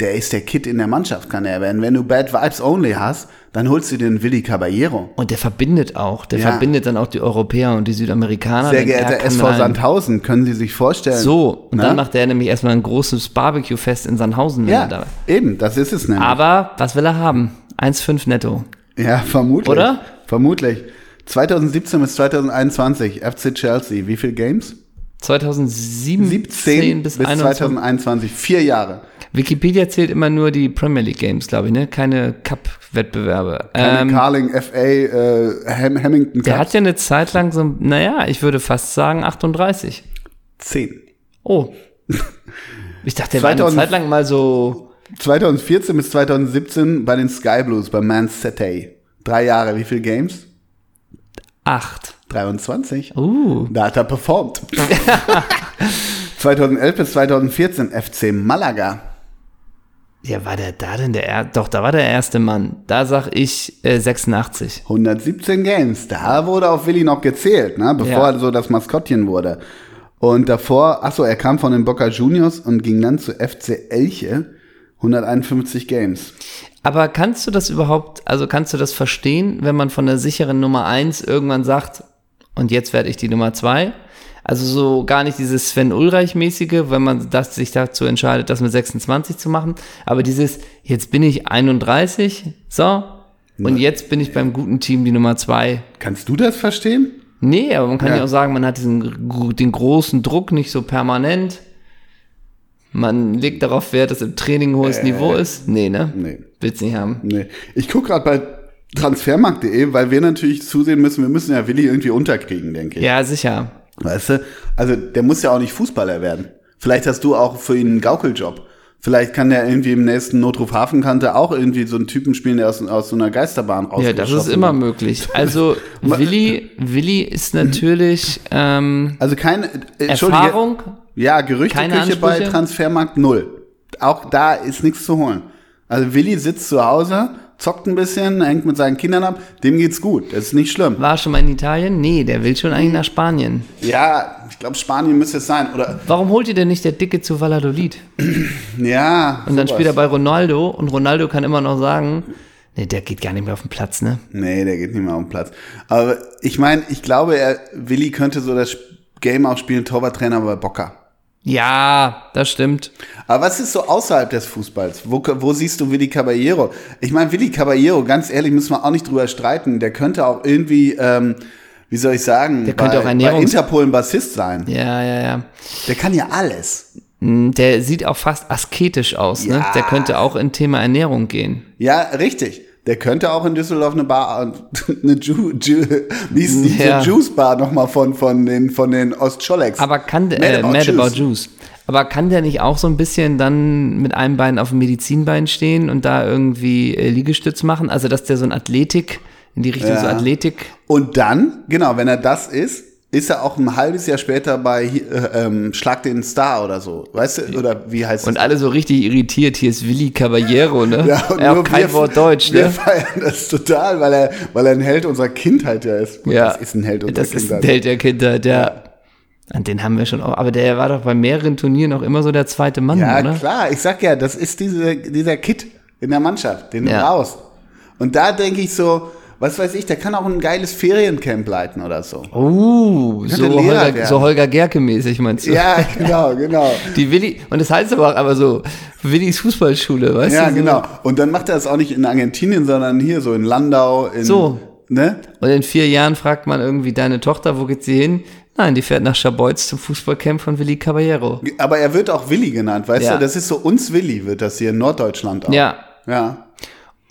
A: Der ist der Kid in der Mannschaft, kann er werden. Wenn du Bad Vibes Only hast, dann holst du den Willi Caballero.
B: Und der verbindet auch. Der
A: Ja.
B: verbindet dann auch die Europäer und die Südamerikaner.
A: Sehr
B: denn er
A: geehrter
B: Ah, kann
A: SV
B: dann-
A: Sandhausen, können Sie sich vorstellen?
B: So, und
A: Na?
B: dann macht er nämlich erstmal ein großes Barbecue-Fest in Sandhausen. wenn er
A: Ja,
B: dabei-
A: eben, das ist es nämlich.
B: Aber was will er haben? 1,5 netto.
A: ja, vermutlich.
B: Oder?
A: Vermutlich. 2017 bis 2021, FC Chelsea, wie viele Games?
B: 2017
A: 17
B: bis,
A: bis
B: 2021.
A: 2021, vier Jahre.
B: Wikipedia zählt immer nur die Premier League Games, glaube ich, ne? Keine Cup-Wettbewerbe.
A: Keine
B: Ähm,
A: Carling, FA, äh, Ham Hammington
B: der
A: Cup,
B: hat ja eine Zeit lang so, naja, ich würde fast sagen 38.
A: 10. <laughs>
B: Oh. Ich dachte, der war eine
A: 2000
B: Zeit lang mal so,
A: 2014 bis 2017 bei den Sky Blues, bei Man City. Drei Jahre, wie viele Games?
B: acht.
A: 23.
B: Uh.
A: Da hat er performt. 2011 bis 2014 FC Malaga.
B: Ja, war der da denn der er Doch, da war der erste Mann. Da sag ich äh, 86.
A: 117 Games. Da wurde auf Willi noch gezählt, ne? bevor
B: Ja.
A: er so das Maskottchen wurde. Und davor, achso, er kam von den Boca Juniors und ging dann zu FC Elche. 151 Games.
B: Aber kannst du das überhaupt, also kannst du das verstehen, wenn man von der sicheren Nummer 1 irgendwann sagt, und jetzt werde ich die Nummer 2? Also so gar nicht dieses Sven Ulreich-mäßige, wenn man das, sich dazu entscheidet, das mit 26 zu machen, aber dieses, jetzt bin ich 31, so, und jetzt bin ich beim guten Team die Nummer 2.
A: Kannst du das verstehen?
B: Nee, aber man kann ja.
A: Ja.
B: auch sagen, man hat diesen, den großen Druck nicht so permanent. Man legt darauf Wert, dass im Training ein hohes Niveau ist. Nee, ne?
A: Äh. Nee.
B: Willst nicht haben.
A: Nee. Ich gucke gerade bei transfermarkt.de, weil wir natürlich zusehen müssen, wir müssen ja Willi irgendwie unterkriegen, denke ich.
B: Ja, sicher.
A: Weißt du? Also der muss ja auch nicht Fußballer werden. Vielleicht hast du auch für ihn einen Gaukeljob. Vielleicht kann der irgendwie im nächsten Notruf Hafenkante auch irgendwie so einen Typen spielen, der aus, aus so einer Geisterbahn
B: Ja, das ist
A: rausgeschossen
B: immer
A: wird.
B: möglich.
A: <laughs>
B: Also Willi, Willi ist natürlich ähm,
A: Also keine äh, Entschuldige.
B: Erfahrung.
A: Ja,
B: Keine
A: Gerüchteküche
B: Ansprüche?
A: bei Transfermarkt null. Auch da ist nichts zu holen. Also Willi sitzt zu Hause, zockt ein bisschen, hängt mit seinen Kindern ab, dem geht's gut. Das ist nicht schlimm.
B: War schon mal in Italien? Nee, der will schon eigentlich nach Spanien.
A: Ja, ich glaube, Spanien müsste es sein. Oder
B: Warum holt ihr denn nicht der Dicke zu Valladolid?
A: ja.
B: Und dann
A: sowas.
B: spielt er bei Ronaldo und Ronaldo kann immer noch sagen, nee, der geht gar nicht mehr auf den Platz, ne?
A: Nee, der geht nicht mehr auf den Platz. Aber ich meine, ich glaube, er, Willi könnte so das Game auch spielen, Torwarttrainer bei Boca.
B: Ja, das stimmt.
A: Aber was ist so außerhalb des Fußballs? Wo, wo siehst du Willi Caballero? Ich meine, Willi Caballero, ganz ehrlich, müssen wir auch nicht drüber streiten. Der könnte auch irgendwie, ähm, wie soll ich sagen,
B: Der könnte
A: bei,
B: auch Ernährungs-
A: bei Interpol ein Bassist sein.
B: Ja, ja, ja.
A: Der kann ja alles.
B: Mm, Der sieht auch fast asketisch aus, ne?
A: Ja.
B: Der könnte auch in Thema Ernährung gehen.
A: Ja, richtig. Der könnte auch in Düsseldorf eine Bar, äh, <laughs> eine Ju, Ju, wie ist diese
B: Ja.
A: Juice Bar nochmal von, von den, von den Ostschollecks?
B: Aber kann der,
A: Mad
B: äh,
A: About
B: Mad
A: Juice.
B: About Juice. Aber kann der nicht auch so ein bisschen dann mit einem Bein auf dem Medizinbein stehen und da irgendwie äh, Liegestütz machen? Also, dass der so ein Athletik, in die Richtung so
A: Ja.
B: Athletik.
A: Und dann, genau, wenn er das ist, ist er auch ein halbes Jahr später bei äh, ähm, Schlag den Star oder so. Weißt du, oder wie heißt
B: Und
A: es?
B: alle so richtig irritiert. Hier ist Willi Caballero, ne?
A: <laughs> Ja, und
B: er
A: nur
B: hat kein
A: wir-
B: Wort Deutsch,
A: Wir
B: ne?
A: feiern das total, weil er, weil er ein Held unserer Kindheit ja ist. Gut,
B: Ja.
A: Das ist ein Held unserer
B: Das ist ein
A: Kindheit.
B: Held der Kindheit, ja. An den haben wir schon auch. Aber der war doch bei mehreren Turnieren auch immer so der zweite Mann,
A: ja,
B: oder?
A: klar, ich sag ja, das ist diese, dieser Kid in der Mannschaft, den
B: Ja.
A: du brauchst. Und da denke ich so, was weiß ich, der kann auch ein geiles Feriencamp leiten oder so.
B: Oh, so
A: Lehrer
B: Holger,
A: werden.
B: so Holger Gerke-mäßig meinst du?
A: Ja, <laughs> genau, genau.
B: Die Willi, und das heißt aber auch aber so, Willis Fußballschule, weißt
A: Ja,
B: du? so.
A: genau. Und dann macht er das auch nicht in Argentinien, sondern hier so in Landau. In,
B: So.
A: Ne?
B: Und in vier Jahren fragt man irgendwie deine Tochter, wo geht sie hin? Nein, die fährt nach Schabolz zum Fußballcamp von Willi Caballero.
A: Aber er wird auch Willi genannt, weißt
B: Ja.
A: du? Das ist so uns Willi, wird das hier in Norddeutschland auch.
B: Ja.
A: Ja.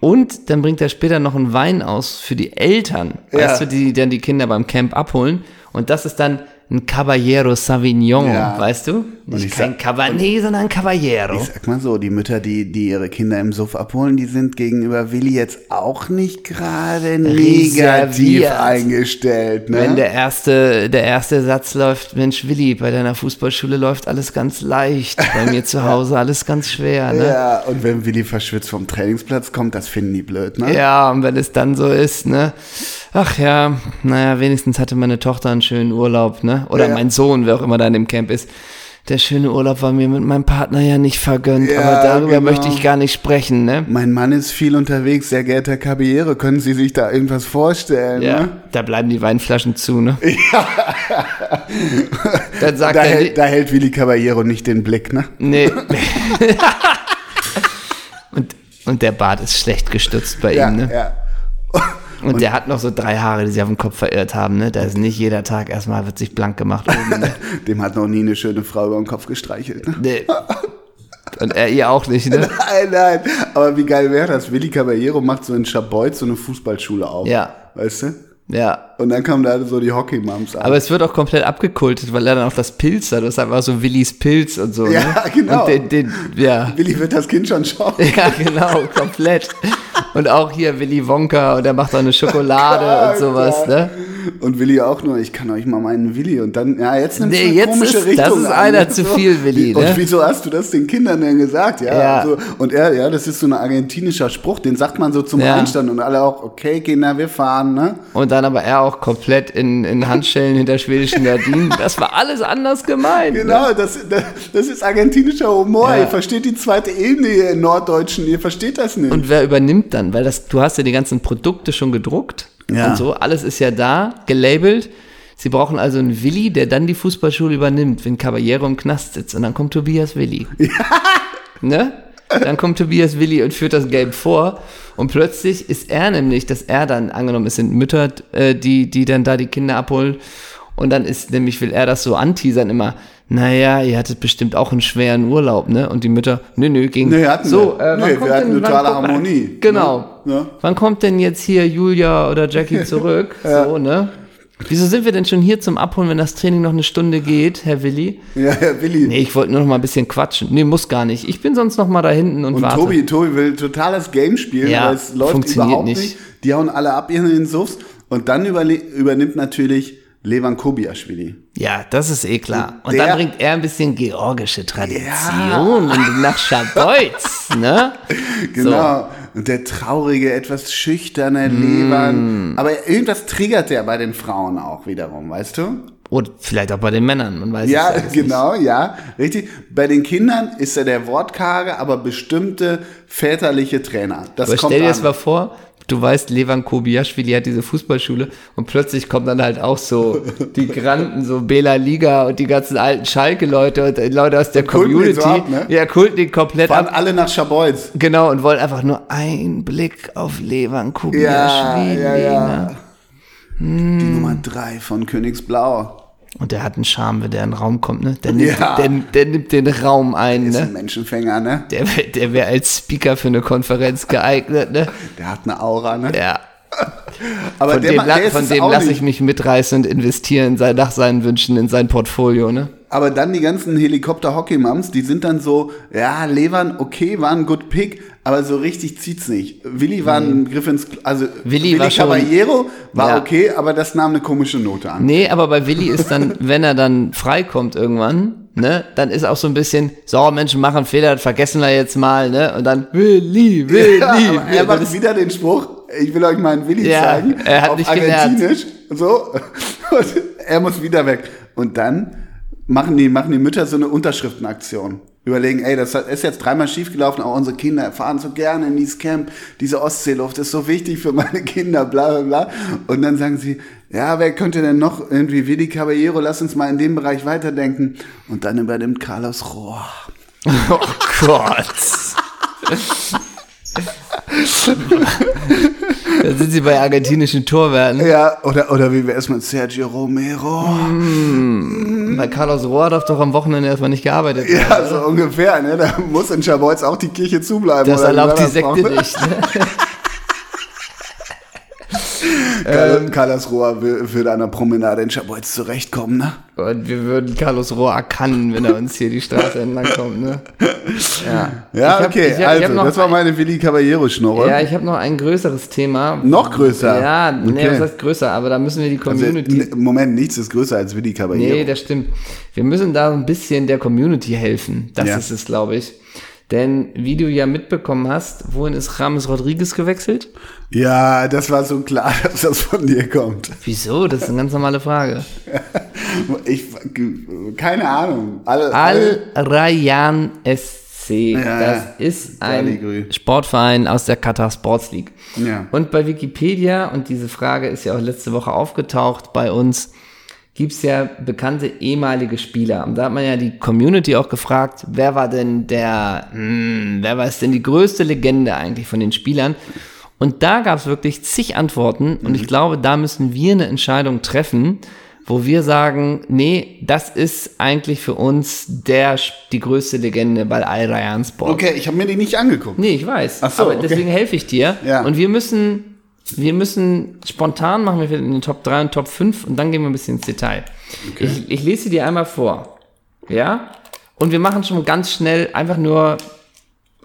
B: Und dann bringt er später noch einen Wein aus für die Eltern,
A: Ja.
B: weißt du, die dann die Kinder beim Camp abholen. Und das ist dann ein Caballero Sauvignon,
A: Ja.
B: weißt du?
A: ich
B: Nicht
A: sag-
B: kein Cabernet, sondern ein Caballero.
A: Ich sag mal so, die Mütter, die, die ihre Kinder im Suff abholen, die sind gegenüber Willi jetzt auch nicht gerade negativ
B: Reserviert.
A: eingestellt. Ne?
B: Wenn der erste, der erste Satz läuft, Mensch Willi, bei deiner Fußballschule läuft alles ganz leicht, bei
A: <laughs>
B: mir zu Hause alles ganz schwer, ne?
A: ja, und wenn Willi verschwitzt vom Trainingsplatz kommt, das finden die blöd, ne?
B: Ja, und wenn es dann so ist, ne? Ach ja, naja, wenigstens hatte meine Tochter einen schönen Urlaub, ne? Oder
A: Ja.
B: mein Sohn, wer auch immer da in dem Camp ist. Der schöne Urlaub war mir mit meinem Partner ja nicht vergönnt,
A: Ja,
B: aber darüber
A: genau.
B: möchte ich gar nicht sprechen, ne?
A: Mein Mann ist viel unterwegs, sehr geehrter Kabinere, können Sie sich da irgendwas vorstellen?
B: Ja,
A: Ne?
B: da bleiben die Weinflaschen
A: <laughs>
B: zu, ne? Ja. Dann sagt
A: Da,
B: er,
A: hält, da hält Willi Caballero nicht den Blick, ne?
B: nee. <laughs> und, und der Bart ist schlecht gestutzt bei ihm, ne?
A: ja. <laughs>
B: Und, der hat noch so drei Haare, die sich auf dem Kopf verirrt haben, ne? Da ist nicht jeder Tag erstmal wird sich
A: <laughs>
B: blank gemacht oben. Ne?
A: Dem hat noch nie eine schöne Frau über den Kopf gestreichelt. Ne? <laughs>
B: Nee. Und er ihr auch nicht, ne?
A: Nein, nein. Aber wie geil wäre das? Willi Caballero macht so in Schabolz so eine Fußballschule auf.
B: Ja.
A: Weißt du?
B: Ja.
A: Und dann kamen da so die Hockey-Moms an.
B: Aber es wird auch komplett abgekultet, weil er dann auch das Pilz hat. Das ist einfach so Willis Pilz und so.
A: Ja,
B: ne?
A: genau.
B: Und den, den, ja.
A: Willi wird das Kind schon schauen.
B: ja, genau, komplett. Und auch hier Willy Wonka und er macht auch
A: <laughs>
B: eine
A: Oh
B: Schokolade und sowas, ne?
A: Und Willi auch nur, ich kann euch mal meinen Willi. Und dann, ja, jetzt nimmst du
B: Nee,
A: eine
B: jetzt
A: komische
B: ist- das
A: Richtung
B: ist
A: an,
B: einer
A: ne?
B: zu viel, Willi,
A: Und
B: ne?
A: wieso hast du das den Kindern denn gesagt? Ja,
B: Ja.
A: So, und er, ja, das ist so ein argentinischer Spruch, den sagt man so zum
B: Ja.
A: Einstand. Und alle auch, okay, Kinder, wir fahren, ne?
B: Und dann aber er auch komplett in, in Handschellen hinter schwedischen Gardinen. Das war alles anders gemeint. ne?
A: Genau, das, das, das ist argentinischer Humor.
B: Ja.
A: Ihr versteht die zweite Ebene hier in Norddeutschen, ihr versteht das nicht.
B: Und wer übernimmt dann? Weil das, du hast ja die ganzen Produkte schon gedruckt
A: Ja.
B: und so. Alles ist ja da, gelabelt. Sie brauchen also einen Willi, der dann die Fußballschule übernimmt, wenn Caballero im Knast sitzt. Und dann kommt Tobias Willi. Ne? Dann kommt Tobias Willi und führt das Game vor. Und plötzlich ist er nämlich, dass er dann angenommen, es sind Mütter, äh, die, die dann da die Kinder abholen. Und dann ist nämlich, will er das so anteasern immer. Naja, ihr hattet bestimmt auch einen schweren Urlaub, ne? Und die Mütter, nö, nö, ging.
A: Nee, hatten
B: so,
A: wir.
B: äh, wann
A: Nee,
B: kommt
A: wir hatten
B: denn- wann
A: totale
B: kommt-
A: Harmonie,
B: Genau.
A: ne? Ja.
B: Wann kommt denn jetzt hier Julia
A: <laughs>
B: oder Jackie zurück? So, ne? Wieso sind wir denn schon hier zum Abholen, wenn das Training noch eine Stunde geht, Herr Willi?
A: ja, ja, Willi.
B: Nee, ich wollte nur noch mal ein bisschen quatschen. Nee, muss gar nicht. Ich bin sonst noch mal da hinten und,
A: Und
B: warte.
A: Tobi, Tobi will totales Game spielen,
B: Ja,
A: aber es läuft
B: funktioniert
A: überhaupt nicht.
B: nicht.
A: Die hauen alle ab in den Suffs. Und dann überle- übernimmt natürlich Levan Kobiaschwili.
B: Ja, das ist eh klar. Und
A: Der-
B: dann bringt er ein bisschen georgische Tradition und
A: <laughs>
B: nach Schabolz, ne?
A: Genau. Und der traurige, etwas schüchterne
B: Mm.
A: Levan. Aber irgendwas triggert der bei den Frauen auch wiederum, weißt du?
B: So. Oder vielleicht auch bei den Männern, man weiß
A: Ja,
B: es alles nicht.
A: genau, ja, richtig. Bei den Kindern ist er der Wortkarge, aber bestimmte väterliche Trainer. Das
B: Aber
A: kommt
B: stell dir
A: an.
B: das mal vor, du weißt, Levan Kobiaschwili hat diese Fußballschule und plötzlich kommen dann halt auch so
A: <laughs>
B: die Granden, so Bela Liga und die ganzen alten Schalke-Leute und äh, Leute aus der
A: kulten den
B: Community.
A: so ab, ne?
B: Ja, kulten den komplett
A: Fahren
B: ab.
A: alle nach Schabolz.
B: Genau, und wollen einfach nur einen Blick auf Levan
A: Ja,
B: Kobiaschwili.
A: ja, ja.
B: Ne? Hm.
A: Die Nummer drei von Königsblau.
B: Und der hat einen Charme, wenn der in den Raum kommt, ne? Der nimmt,
A: Ja.
B: der, der nimmt den Raum ein,
A: Ist
B: ne?
A: ein Menschenfänger, ne?
B: Der, wär- der wäre als Speaker für eine Konferenz geeignet, ne?
A: Der hat eine Aura, ne?
B: Ja.
A: Aber
B: Von
A: der,
B: dem,
A: Ma-
B: la-
A: der ist
B: von
A: es
B: dem
A: auch
B: lasse
A: nicht.
B: ich mich mitreißen und investieren sein, nach seinen Wünschen in sein Portfolio, ne?
A: Aber dann die ganzen Helikopter-Hockey-Mums, die sind dann so, ja, Levan, okay, war ein good pick, aber so richtig zieht's nicht. Willi war ein Griff ins, Klo- also
B: Willi war schon-
A: Caballero war
B: Ja.
A: okay, aber das nahm eine komische Note an.
B: Nee, aber bei Willi
A: <laughs>
B: ist dann, wenn er dann freikommt irgendwann, ne, dann ist auch so ein bisschen, so, Menschen machen Fehler, das vergessen wir jetzt mal, ne? Und dann Willi, Willi,
A: Ja, aber
B: Willi.
A: er macht wieder den Spruch, ich will euch meinen Willi
B: Ja,
A: zeigen.
B: er hat
A: auf
B: nicht gelernt.
A: Argentinisch. So. Und er muss wieder weg. Und dann machen die, machen die Mütter so eine Unterschriftenaktion. überlegen, ey, das ist jetzt dreimal schiefgelaufen, aber unsere Kinder fahren so gerne in dieses Camp, diese Ostseeluft ist so wichtig für meine Kinder, bla bla bla. Und dann sagen sie, ja, wer könnte denn noch irgendwie Willi Caballero, lass uns mal in dem Bereich weiterdenken. Und dann übernimmt Carlos Rohr.
B: <laughs> Oh Gott. da sind sie bei argentinischen Torwerten.
A: Ja, oder, oder wie wäre es mit Sergio Romero?
B: Bei Carlos Rohr darf doch am Wochenende erstmal nicht gearbeitet werden.
A: Ja, so ungefähr, ne? Da muss in Schabolz auch die Kirche zubleiben.
B: Also-
A: oder
B: Das
A: wie
B: erlaubt
A: war
B: die Sekte
A: Frau?
B: nicht. Ne?
A: Karl-
B: Äh,
A: Carlos Rohr wür- würde an der Promenade in Schabolz zurechtkommen, ne?
B: Und wir würden Carlos Rohr erkannen, wenn er uns hier die Straße entlang kommt. Ne? Ja,
A: Ja,
B: Ich hab-
A: okay,
B: ich hab- ich hab
A: also,
B: noch
A: das war
B: ein-
A: meine Willi Caballero-Schnurre.
B: Ja, ich habe noch ein größeres Thema.
A: Noch größer?
B: Ja, nee,
A: Okay.
B: was heißt größer? Aber da müssen wir die
A: Also,
B: Community.
A: n- Moment, nichts ist größer als Willi Caballero.
B: nee, das stimmt. Wir müssen da ein bisschen der Community helfen. Das
A: Ja.
B: ist es, glaube ich. Denn wie du ja mitbekommen hast, wohin ist Rames Rodriguez gewechselt?
A: ja, das war so klar, <laughs> dass das von dir kommt. <laughs>
B: Wieso? Das ist eine ganz normale Frage.
A: Ich, keine Ahnung. Alle,
B: Al Rayyan SC.
A: Ja,
B: das
A: ja.
B: ist
A: Aligrü.
B: ein Sportverein aus der Qatar Sports League.
A: Ja.
B: Und bei Wikipedia, und diese Frage ist ja auch letzte Woche aufgetaucht bei uns, gibt's ja bekannte ehemalige Spieler. Und da hat man ja die Community auch gefragt, wer war denn der, hm, wer war es denn die größte Legende eigentlich von den Spielern? Und da gab's wirklich zig Antworten. Und ich glaube, da müssen wir eine Entscheidung treffen, wo wir sagen, nee, das ist eigentlich für uns der, die größte Legende bei Al Rayyan Sport.
A: okay, ich habe mir die nicht angeguckt.
B: Nee, ich weiß.
A: Ach so,
B: aber
A: okay.
B: deswegen helfe ich dir.
A: Ja.
B: Und wir müssen, wir müssen spontan machen wir in den Top 3 und Top 5 und dann gehen wir ein bisschen ins Detail. Ich, ich lese sie dir einmal vor. Ja? Und wir machen schon ganz schnell einfach nur,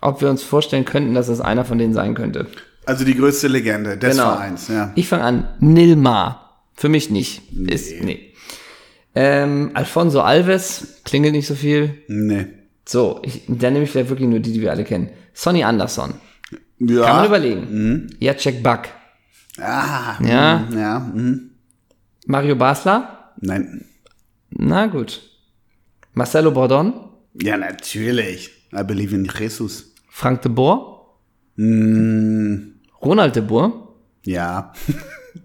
B: ob wir uns vorstellen könnten, dass das einer von denen sein könnte.
A: Also die größte Legende des
B: Genau.
A: Vereins, ja.
B: Ich fange an. Nilmar. Für mich nicht. Ist, nee. Ähm, Alfonso Alves. Klingelt nicht so viel.
A: Nee.
B: So, ich, dann nehme ich vielleicht wirklich nur die, die wir alle kennen. Sonny Anderson.
A: Ja. Mhm.
B: Kann man überlegen. Jacek Buck.
A: Ah,
B: Ja.
A: ja. mhm.
B: Mario Basler.
A: Nein.
B: Na gut. Marcelo Bordon.
A: Ja, natürlich. I believe in Jesus. Mm,
B: Frank de Boer. Ronald de Boer.
A: Ja.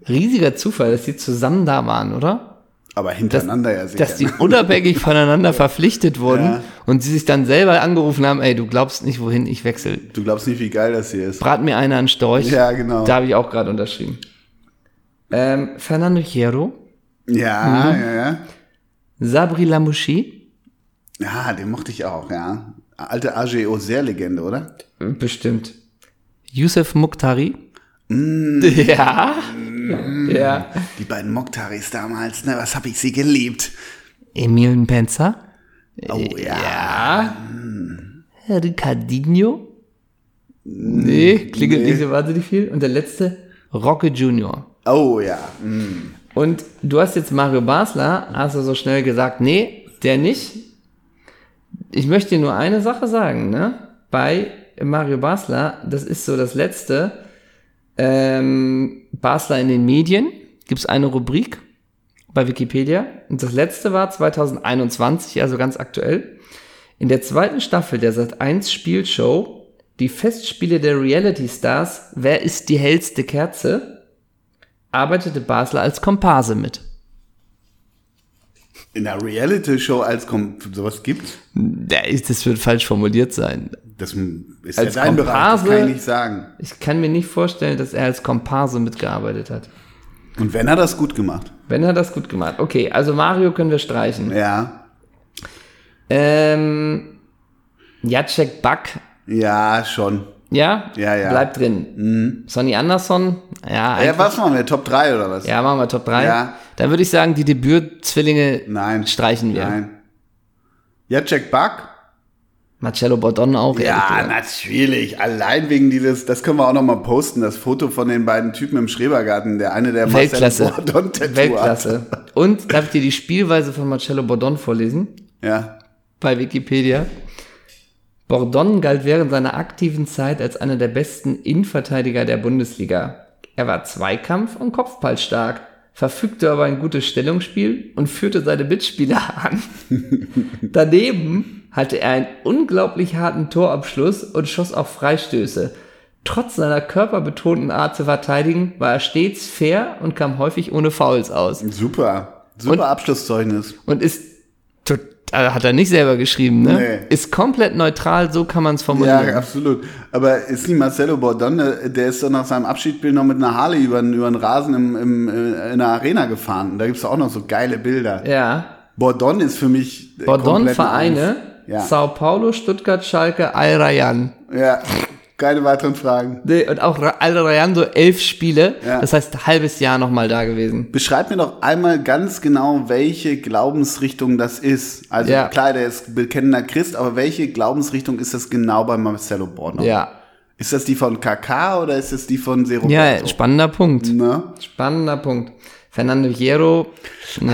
B: Riesiger Zufall, dass die zusammen da waren, oder?
A: Aber hintereinander ja sicher.
B: Dass die
A: <laughs>
B: unabhängig voneinander verpflichtet wurden
A: Ja.
B: und sie sich dann selber angerufen haben, ey, du glaubst nicht, wohin ich wechsel.
A: du glaubst nicht, wie geil das hier ist.
B: Brat mir einer einen Storch.
A: Ja, genau.
B: Da habe ich auch gerade unterschrieben. Ähm, Fernando Hierro.
A: Ja,
B: Mhm.
A: ja, ja.
B: Sabri Lamouchi.
A: Ja, den mochte ich auch, ja. Alte AGO sehr Legende, oder?
B: Bestimmt. Youssef Mukhtari.
A: Mm.
B: <laughs> Ja. Ja.
A: Die beiden Moktaris damals, ne, was hab ich sie geliebt.
B: Emil Penzer.
A: Oh ja.
B: Äh, Ja. Ricardinho. Nee, klingelt
A: nee.
B: nicht so wahnsinnig viel. Und der letzte, Rocke Junior.
A: Oh ja. Mhm.
B: Und du hast jetzt Mario Basler, hast du so schnell gesagt, nee, der nicht. Ich möchte dir nur eine Sache sagen, ne? Bei Mario Basler, das ist so das letzte, ähm, Basler in den Medien, gibt es eine Rubrik bei Wikipedia. Und das letzte war 2021, also ganz aktuell. In der zweiten Staffel der Sat1 Spielshow, die Festspiele der Reality Stars, wer ist die hellste Kerze? arbeitete Basler als Komparse mit.
A: In der Reality-Show als Kom sowas gibt,
B: Ja, ich- Das wird falsch formuliert sein.
A: das ist
B: Als
A: ja dein Bereich, das
B: Komparse-
A: kann ich nicht sagen.
B: Ich kann mir nicht vorstellen, dass er als Komparse mitgearbeitet hat.
A: Und wenn, hat das gut gemacht.
B: Wenn er das gut gemacht. Okay, also Mario können wir streichen.
A: Ja.
B: Ähm, Jacek Back,
A: Ja, schon.
B: ja?
A: Ja, ja.
B: Bleibt drin. Sonny Anderson, ja,
A: Ja,
B: eigentlich-
A: was machen wir? Top 3 oder was?
B: ja, machen wir Top 3.
A: Ja.
B: Dann würde ich sagen, die Debüt-Zwillinge
A: Nein.
B: streichen wir.
A: Nein. Ja, Jack Buck.
B: Marcello Bordon auch, ehrlich
A: Ja,
B: gesagt.
A: natürlich. Allein wegen dieses, das können wir auch nochmal posten, das Foto von den beiden Typen im Schrebergarten. Der eine, der
B: Weltklasse.
A: Bordon-Tattoo
B: Weltklasse. Und darf ich dir die Spielweise von Marcello Bordon vorlesen?
A: Hat. Ja.
B: bei Wikipedia. Bordon galt während seiner aktiven Zeit als einer der besten Innenverteidiger der Bundesliga. Er war Zweikampf- und Kopfballstark, verfügte aber ein gutes Stellungsspiel und führte seine Mitspieler <laughs> an. Daneben hatte er einen unglaublich harten Torabschluss und schoss auch Freistöße. Trotz seiner körperbetonten Art zu verteidigen war er stets fair und kam häufig ohne Fouls aus.
A: Super. Super
B: Und-
A: Abschlusszeugnis.
B: Und ist, tot- also hat er nicht selber geschrieben, ne?
A: Nee.
B: Ist komplett neutral, so kann man es formulieren.
A: Ja, absolut. Aber ist nicht Marcelo Bordon, äh, der ist doch nach seinem Abschiedsspiel noch mit einer Harley über, den- über den Rasen im, im, äh, in der Arena gefahren. Da gibt's doch auch noch so geile Bilder.
B: ja.
A: Bordon ist für mich. äh, komplett
B: Bordon-Vereine,
A: Ja.
B: Sao Paulo, Stuttgart, Schalke, Al Rayyan.
A: eins. Ja, keine weiteren Fragen.
B: Nee, und auch Ra- Al Rayyan so elf Spiele.
A: Ja.
B: Das heißt, halbes Jahr nochmal da gewesen.
A: Beschreib mir doch einmal ganz genau, welche Glaubensrichtung das ist. Also
B: Ja.
A: klar, der ist bekennender Christ, aber welche Glaubensrichtung ist das genau bei Marcelo Bordon?
B: Ja.
A: Ist das die von KK oder ist das die von Zero?
B: Ja, spannender Punkt.
A: Ne?
B: Spannender Punkt. Fernando Hierro. Ja.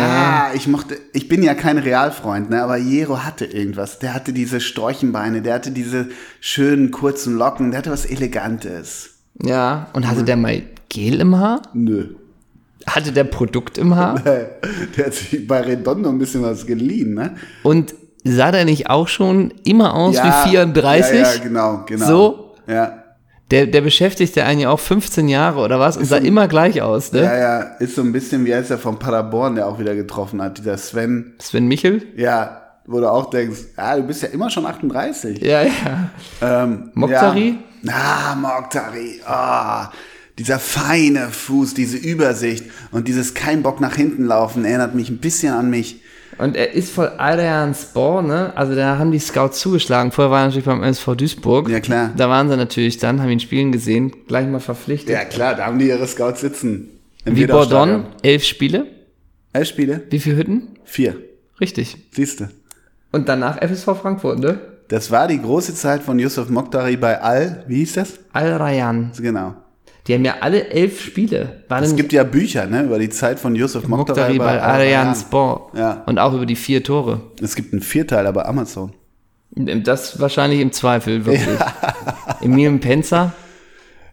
A: Ah, ich mochte, ich bin ja kein Realfreund, ne, aber Jero hatte irgendwas. Der hatte diese Storchenbeine, der hatte diese schönen kurzen Locken, der hatte was Elegantes.
B: ja. Und
A: Mhm.
B: hatte der mal Gel im Haar?
A: Nö. <laughs>
B: Hatte der Produkt im Haar?
A: Der hat sich bei Redondo ein bisschen was geliehen, ne?
B: Und sah der nicht auch schon immer aus wie 34?
A: Ja, ja, genau, genau.
B: So?
A: Ja,
B: Der, der beschäftigte einen ja auch 15 Jahre oder was und sah immer gleich aus, ne?
A: ja, ja. Ist so ein bisschen, wie heißt der von Paderborn, der auch wieder getroffen hat, dieser Sven.
B: Sven Michel?
A: Ja, wo du auch denkst, ah, du bist ja immer schon 38.
B: Ja, ja.
A: Ähm,
B: Mokhtari?
A: Ja. Ah, Mokhtari. Ah, dieser feine Fuß, diese Übersicht und dieses kein Bock nach hinten laufen erinnert mich ein bisschen an mich.
B: Und er ist voll Adrian Spohr, ne? Also da haben die Scouts zugeschlagen. Vorher war er natürlich beim SV Duisburg.
A: Ja, klar.
B: Da waren sie natürlich dann, haben ihn spielen gesehen, gleich mal verpflichtet.
A: Ja, klar, da haben die ihre Scouts sitzen. Im
B: wie
A: Wedau-Stadion.
B: Bordon, elf Spiele.
A: Elf Spiele?
B: Wie viele Hütten?
A: Vier.
B: Richtig.
A: Siehste.
B: Und danach FSV Frankfurt, ne?
A: Das war die große Zeit von Yusuf Mokhtari bei Al. Wie hieß das?
B: Al Rayyan.
A: Genau.
B: Die haben ja alle elf Spiele. War
A: Es
B: denn
A: gibt ja Bücher, ne, über die Zeit von Yusuf Mokhtari
B: Mokhtari
A: bei
B: bei
A: Al.
B: Adrian
A: Rayyan.
B: Spohr.
A: Ja.
B: Und auch über die vier Tore.
A: Es gibt einen Vierteiler bei Amazon.
B: Das wahrscheinlich im Zweifel, wirklich. Emil Penzer.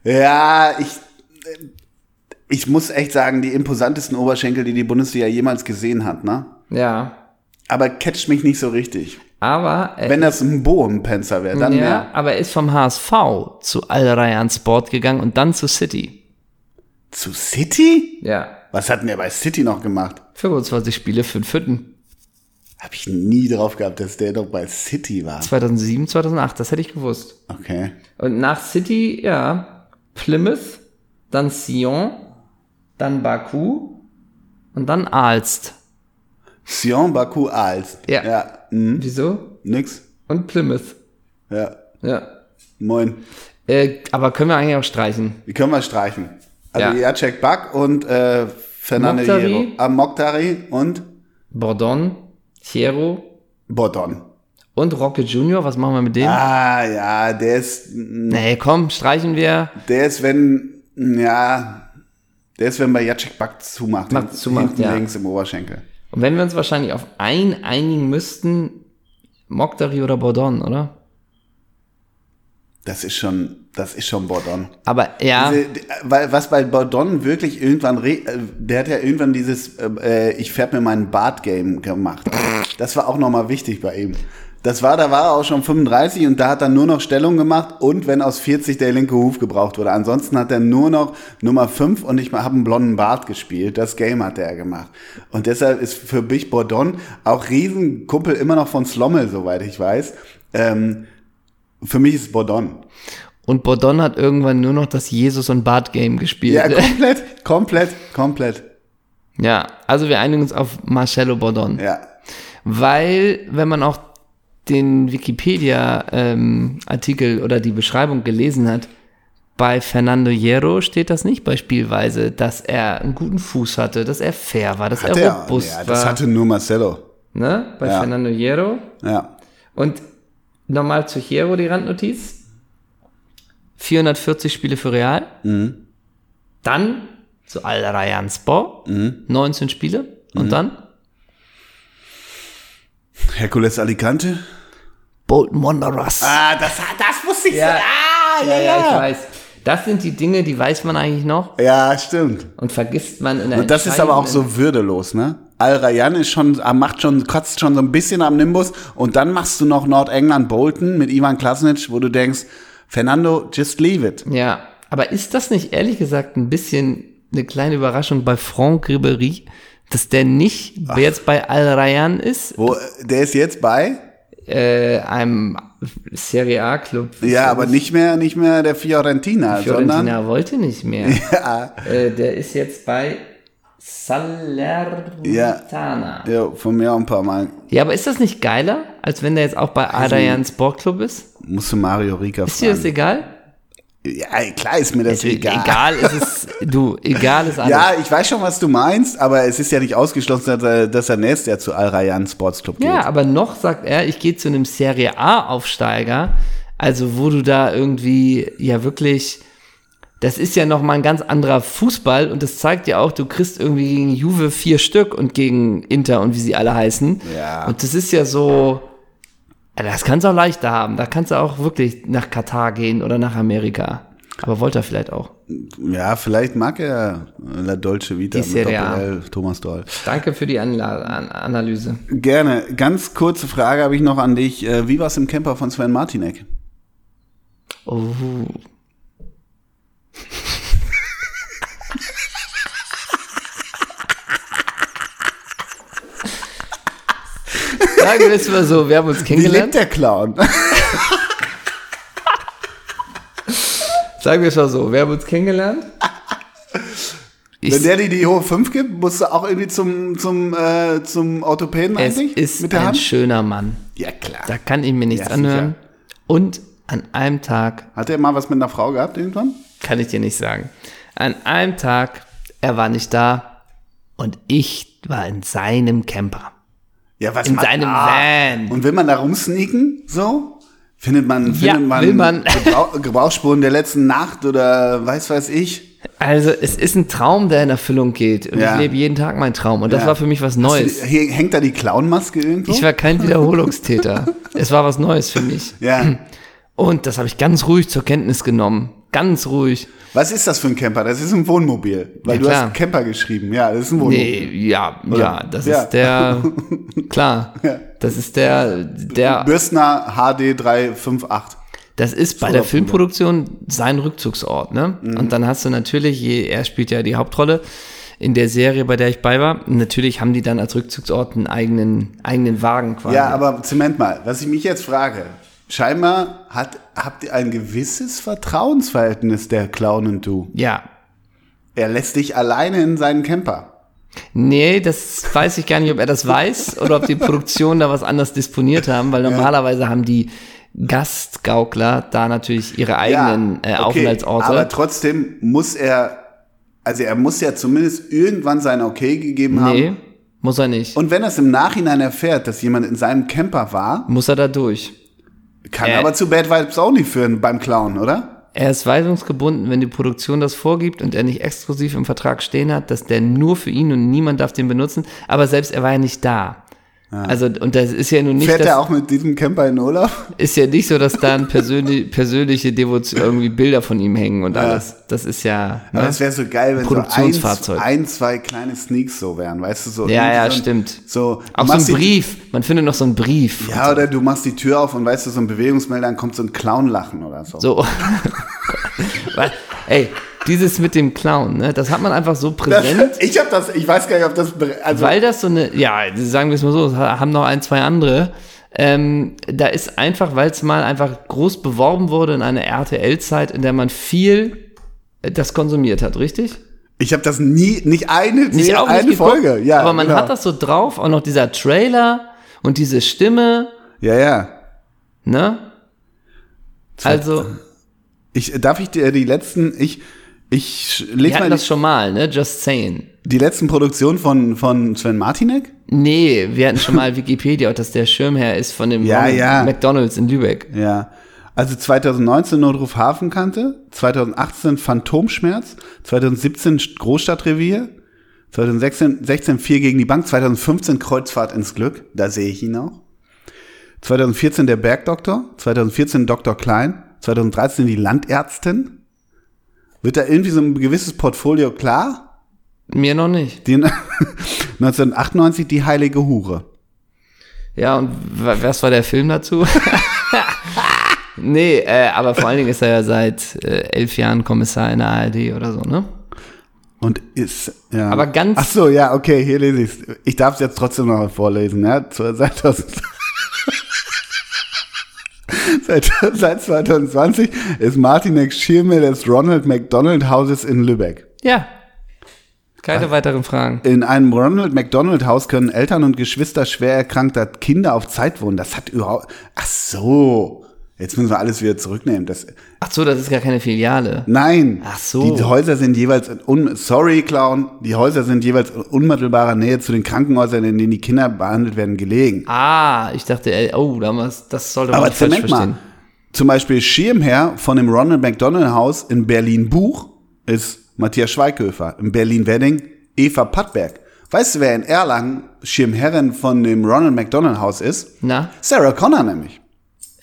A: Ja, ich, ich muss echt sagen, die imposantesten Oberschenkel, die die Bundesliga jemals gesehen hat, ne?
B: Ja.
A: Aber catcht mich nicht so richtig.
B: Aber er
A: Wenn das ein Bohem-Panzer wäre, dann
B: ja,
A: mehr.
B: aber er ist vom HSV zu Al Rayyan Sport gegangen und dann zu City.
A: Zu City?
B: Ja.
A: Was hat denn der bei City noch gemacht?
B: 25 Spiele, 5 Hütten.
A: Hab ich nie drauf gehabt, dass der doch bei City war.
B: 2007, 2008, das hätte ich gewusst.
A: Okay.
B: Und nach City, ja, Plymouth, dann Sion, dann Baku und dann Alst.
A: Sion Baku als.
B: Ja.
A: Ja. Hm,
B: Wieso?
A: nix.
B: Und Plymouth.
A: Ja.
B: Ja.
A: Moin.
B: Äh, aber können wir eigentlich auch streichen.
A: Die können wir streichen. Also
B: Ja.
A: Jacek Buck und äh, Fernando
B: Mokhtari.
A: Hierro. Ah, Mokhtari und
B: Bordon, Thiero
A: Bordon.
B: und Rocket Junior, was machen wir mit dem?
A: Ah, ja, der ist, mm,
B: Nee, komm, streichen wir.
A: der ist, wenn, ja, der ist, wenn bei Jacek Back zumacht.
B: Macht
A: hin-
B: zumacht,
A: hinten
B: ja.
A: links im Oberschenkel.
B: Und wenn wir uns wahrscheinlich auf einen einigen müssten, Mokdari oder Bordon, oder?
A: Das ist schon, das ist schon Bordon.
B: Aber ja,
A: Diese- d- Weil, was bei Bordon wirklich irgendwann, re, äh, der hat ja irgendwann dieses, äh, äh, ich färb mir meinen Bart-Game gemacht. Das war auch nochmal wichtig bei ihm. Das war, da war er auch schon 35 und da hat er nur noch Stellung gemacht und wenn aus 40 der linke Huf gebraucht wurde. Ansonsten hat er nur noch Nummer 5 und ich habe einen blonden Bart gespielt. Das Game hat er gemacht. Und deshalb ist für mich Bordon auch Riesenkumpel immer noch von Slommel, soweit ich weiß. Ähm, für mich ist Bordon.
B: und Bordon hat irgendwann nur noch das Jesus- und Bart-Game gespielt. <laughs>
A: Ja,
B: Ja,
A: komplett, komplett, komplett.
B: also wir einigen uns auf Marcello Bordon.
A: Ja.
B: Weil, wenn man auch den Wikipedia-Artikel ähm, oder die Beschreibung gelesen hat, bei Fernando Hierro steht das nicht bei Spielweise, dass er einen guten Fuß hatte, dass er fair war, dass
A: Hat
B: er
A: er,
B: robust
A: ja, das
B: war.
A: hatte nur Marcelo.
B: ne? Bei
A: Ja.
B: Fernando Hierro
A: Ja.
B: Und nochmal zu Hierro die Randnotiz. 440 Spiele für Real.
A: Mhm.
B: Dann zu Al Rayyan Spor.
A: Mhm.
B: 19 Spiele. Und dann
A: Hercules Alicante?
B: Bolton Wanderers.
A: Ah, das, das wusste ich
B: Ja.
A: Ah,
B: ja, ja, ich weiß. Das sind die Dinge, die weiß man eigentlich noch
A: Ja, stimmt.
B: und vergisst man in der
A: Und das ist aber auch so würdelos, ne? Al Rayan ist schon, ah, macht schon, kotzt schon so ein bisschen am Nimbus und dann machst du noch Nordengland Bolton mit Ivan Klasnic, wo du denkst, Fernando, just leave it.
B: entscheidenden- Ja, aber ist das nicht ehrlich gesagt ein bisschen eine kleine Überraschung bei Franck Ribéry, dass der nicht, wer jetzt bei Al Rayyan ist,
A: Wo, der ist jetzt bei?
B: äh, einem Serie A Club.
A: Ja, aber nicht mehr, nicht mehr der Fiorentina, sondern
B: Fiorentina wollte nicht mehr.
A: <laughs> ja,
B: Äh, der ist jetzt bei Salernitana. Ja.
A: ja, von mir auch ein paar Mal.
B: aber ist das nicht geiler, als wenn der jetzt auch bei
A: Also
B: Adrian Sportclub ist?
A: Musst du Mario Rika
B: Ist dir das
A: fragen.
B: egal?
A: Ja, klar ist mir das egal.
B: egal ist es, du, egal ist
A: <laughs>
B: alles.
A: Ja, ich weiß schon, was du meinst, aber es ist ja nicht ausgeschlossen, dass er, dass er nächstes Jahr zu Al Rayan Sports Club geht.
B: Ja, aber noch sagt er, ich gehe zu einem Serie A Aufsteiger, also wo du da irgendwie ja wirklich das ist ja noch mal ein ganz anderer Fußball und das zeigt ja auch, du kriegst irgendwie gegen Juve vier Stück und gegen Inter und wie sie alle heißen.
A: Ja.
B: Und das ist ja so ja, das kannst du auch leichter haben. Da kannst du auch wirklich nach Katar gehen oder nach Amerika. Aber wollte er vielleicht auch.
A: Ja, vielleicht mag er La Dolce Vita
B: Die Serie A.
A: Doppel-L, Thomas Doll.
B: Danke für die Anla An Analyse.
A: Gerne. Ganz kurze Frage habe ich noch an dich. Äh, Wie war es im Camper von Sven Martinek?
B: Oh. Sagen wir es mal so, wir haben uns
A: Wie lebt
B: kennengelernt.
A: der Clown?
B: Sagen wir es mal so, wir haben uns kennengelernt. Ich,
A: Wenn der dir die hohe 5 gibt, musst du auch irgendwie zum, zum, äh, zum Orthopäden
B: es
A: eigentlich?
B: ist
A: Mit der
B: ein
A: Hand?
B: schöner Mann.
A: Ja, klar.
B: Da kann ich mir nichts
A: Ja, sicher.
B: anhören. Und an einem Tag
A: Hat er mal was mit einer Frau gehabt irgendwann?
B: kann ich dir nicht sagen. An einem Tag, er war nicht da und ich war in seinem Camper.
A: Ja, was
B: In
A: man-
B: seinem Van.
A: Und will man da rumsneaken? So? Findet man, findet
B: Ja,
A: man,
B: will man.
A: Gebrauch, Gebrauchsspuren der letzten Nacht oder weiß weiß ich?
B: Also es ist ein Traum, der in Erfüllung geht. Und
A: Ja.
B: ich lebe jeden Tag meinen Traum. Und das
A: Ja.
B: war für mich was
A: Hast
B: Neues.
A: du- Hier, hängt da die Clownmaske irgendwo?
B: Ich war kein
A: <laughs>
B: Wiederholungstäter. es war was Neues für mich.
A: ja.
B: Und das habe ich ganz ruhig zur Kenntnis genommen. Ganz ruhig.
A: Was ist das für ein Camper? Das ist ein Wohnmobil. Weil
B: Ja,
A: du
B: klar.
A: hast Camper geschrieben. Ja, das ist ein Wohnmobil.
B: Nee, ja, ja, das
A: Ja.
B: ist
A: <laughs>
B: der, klar, das ist der, der,
A: Bürstner HD 358.
B: das ist bei der Filmproduktion sein Rückzugsort, ne?
A: Mhm.
B: Und dann hast du natürlich, je, er spielt ja die Hauptrolle in der Serie, bei der ich bei war. Natürlich haben die dann als Rückzugsort einen eigenen, eigenen Wagen quasi.
A: Ja, aber Zement mal, was ich mich jetzt frage. Scheinbar hat, habt ihr ein gewisses Vertrauensverhältnis, der Clown und du.
B: ja,
A: Er lässt dich alleine in seinen Camper.
B: Nee, das weiß ich gar nicht, ob er
A: <laughs>
B: das weiß oder ob die Produktion da was anders disponiert haben, weil normalerweise haben die Gastgaukler da natürlich ihre eigenen äh, Aufenthaltsorte.
A: Aber trotzdem muss er, also er muss ja zumindest irgendwann sein Okay gegeben
B: nee,
A: haben.
B: muss er nicht.
A: Und wenn er es im Nachhinein erfährt, dass jemand in seinem Camper war,
B: muss er da durch.
A: kann
B: Äh.
A: aber zu Bad Vibes auch nicht führen beim Clown, oder?
B: Er ist weisungsgebunden, wenn die Produktion das vorgibt und er nicht exklusiv im Vertrag stehen hat, dass der nur für ihn und niemand darf den benutzen. Aber selbst er war ja nicht da. Also, und das ist ja nun nicht,
A: Fährt
B: dass,
A: er auch mit diesem Camper in Urlaub?
B: ist ja nicht so, dass
A: <laughs>
B: da ein persönli persönliche Devotion, irgendwie Bilder von ihm hängen und alles. Das ist ja.
A: Aber
B: ne?
A: es wäre so geil, wenn so
B: Produktionsfahrzeug.
A: ein, ein, zwei kleine Sneaks so wären, weißt du so.
B: Ja,
A: irgendwie
B: ja,
A: so ein-
B: stimmt.
A: So, du
B: Auch so ein
A: machst die-
B: Brief. Man findet noch so einen Brief.
A: Ja, oder du machst die Tür auf und weißt du, so ein Bewegungsmelder, dann kommt so ein Clownlachen oder so.
B: So. <laughs> Weil, Ey, dieses mit dem Clown, ne? Das hat man einfach so
A: Das, <laughs>
B: präsent.
A: ich hab das, ich weiß gar nicht, ob das, bere- also,
B: Weil das so eine, ja, sagen wir es mal so, das haben noch ein, zwei andere. Ähm, da ist einfach, weil es mal einfach groß beworben wurde in einer RTL-Zeit, in der man viel äh, das konsumiert hat, richtig?
A: ich habe das nie, nicht eine,
B: Nicht auch
A: eine
B: nicht geguckt,
A: Folge, ja.
B: Aber man
A: genau.
B: hat das so drauf, auch noch dieser Trailer und diese Stimme,
A: Ja, ja.
B: ne? Also,
A: Ich, darf ich dir die letzten, ich, ich leg
B: wir hatten
A: mal
B: das
A: die,
B: schon mal, ne? Just saying.
A: die letzten Produktionen von, von Sven Martinek?
B: Nee, wir hatten schon mal Wikipedia, dass der Schirmherr ist von dem
A: Ja,
B: Ronald
A: ja.
B: McDonalds in Lübeck.
A: Ja. Also 2019 Notruf Hafenkante, 2018 Phantomschmerz, 2017 Großstadtrevier, 2016 16 4 gegen die Bank, 2015 Kreuzfahrt ins Glück, da sehe ich ihn auch. 2014 der Bergdoktor, 2014 Dr. Klein, 2013 die Landärztin, Wird da irgendwie so ein gewisses Portfolio klar?
B: Mir noch nicht.
A: Die, <laughs> 1998 die heilige Hure.
B: Ja, und wa- was war der
A: <laughs>
B: Film dazu? nee, äh, aber vor allen Dingen ist er ja seit äh, elf Jahren Kommissar in der ARD oder so, ne?
A: Und ist, ja.
B: Aber ganz-
A: Ach so, ja, okay, hier lese ich's. Ich darf es jetzt trotzdem noch mal vorlesen, ja. Zur- Seit, 2000 <laughs> seit, seit 2020 ist Martinex Schirmel des Ronald McDonald Hauses in Lübeck.
B: Ja. Keine weiteren Fragen.
A: In einem Ronald McDonald Haus können Eltern und Geschwister schwer erkrankter Kinder auf Zeit wohnen. Das hat überhaupt, ach so. Jetzt müssen wir alles wieder zurücknehmen. Das,
B: Ach so, das ist gar keine Filiale.
A: Nein.
B: Ach so.
A: Die Häuser sind jeweils in un sorry Clown, die Häuser sind jeweils in unmittelbarer Nähe zu den Krankenhäusern, in denen die Kinder behandelt werden, gelegen.
B: Ah, ich dachte, ey, oh, damals, das sollte man
A: Aber
B: nicht falsch
A: zerdenk mal.
B: verstehen.
A: Zum Beispiel Schirmherr von dem Ronald McDonald Haus in Berlin Buch ist Matthias Schweighöfer. In Berlin Wedding Eva Pattberg. Weißt du, wer in Erlangen Schirmherrin von dem Ronald McDonald Haus ist?
B: Na?
A: Sarah Connor nämlich.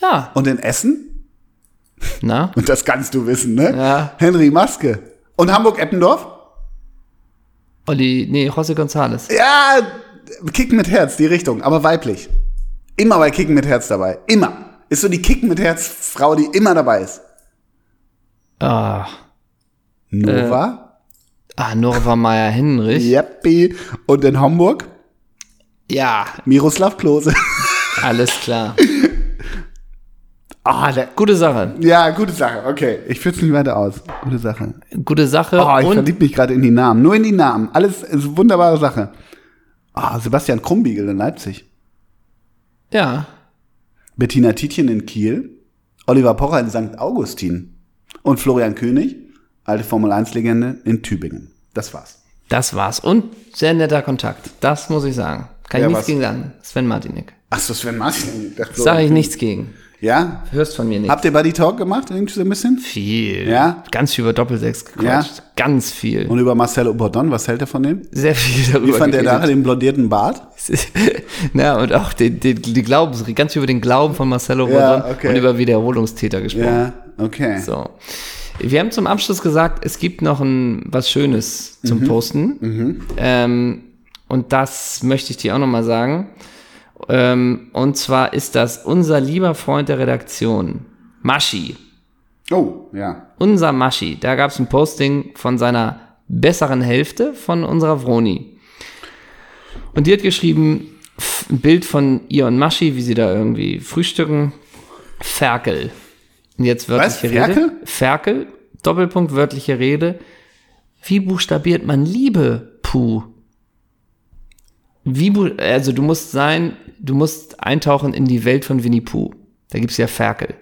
B: Ja.
A: Und in Essen?
B: Na?
A: Und das kannst du wissen, ne?
B: Ja.
A: Henry Maske. Und Hamburg-Eppendorf?
B: Olli, nee, José González.
A: Ja, Kicken mit Herz, die Richtung, aber weiblich. Immer bei Kicken mit Herz dabei. Immer. Ist so die Kicken mit Herz Frau, die immer dabei ist.
B: Ah.
A: Nova?
B: Ah, Norva Meyer Henrich.
A: Jappi. Und in Hamburg?
B: Ja,
A: Miroslav Klose. <laughs>
B: alles klar.
A: Ah, der,
B: Gute Sache.
A: ja, gute Sache. Okay, ich führ's nicht weiter aus. Gute Sache.
B: Gute Sache.
A: Oh, ich
B: und
A: verlieb mich gerade in die Namen. Nur in die Namen. Alles ist eine wunderbare Sache. Ah, Sebastian Krumbiegel in Leipzig.
B: ja,
A: Bettina Tietjen in Kiel, Oliver Pocher in St. Augustin und Florian König, alte Formel-1-Legende, in Tübingen. Das war's.
B: das war's. Und sehr netter Kontakt. Das muss ich sagen. Kann
A: Ja,
B: ich nichts
A: was?
B: gegen sagen. Sven Martinik.
A: Ach so, Sven Martin. Sag
B: Sage ich nichts gegen.
A: Ja?
B: Hörst von mir nichts.
A: Habt ihr Buddy Talk gemacht? Irgendwie so ein bisschen?
B: viel.
A: Ja?
B: Ganz viel über Doppelsechs gequatscht. Ganz viel.
A: Und über Marcelo Bordon, was hält er von dem?
B: sehr viel darüber
A: Wie fand er
B: geredet. <laughs>
A: nachher den blondierten Bart?
B: Na, und auch den, den, die Glaubens, ganz über den Glauben von Marcelo
A: Ja,
B: Rodon
A: okay.
B: und über Wiederholungstäter gesprochen.
A: Ja, okay.
B: So. Wir haben zum Abschluss gesagt, es gibt noch ein, was Schönes zum Posten. Ähm, und das möchte ich dir auch nochmal sagen. Ähm, und zwar ist das unser lieber Freund der Redaktion, Maschi.
A: Oh, ja.
B: Unser Maschi. Da gab es ein Posting von seiner besseren Hälfte von unserer Vroni. Und die hat geschrieben, f- ein Bild von ihr und Maschi, wie sie da irgendwie frühstücken. Ferkel. Und jetzt wörtliche
A: Was?
B: Rede.
A: Ferkel?
B: Ferkel, Doppelpunkt, wörtliche Rede. Wie buchstabiert man Liebe, Puh? Wie, bu- also du musst sein, du musst eintauchen in die Welt von Winnie Puh. Da gibt's ja Ferkel.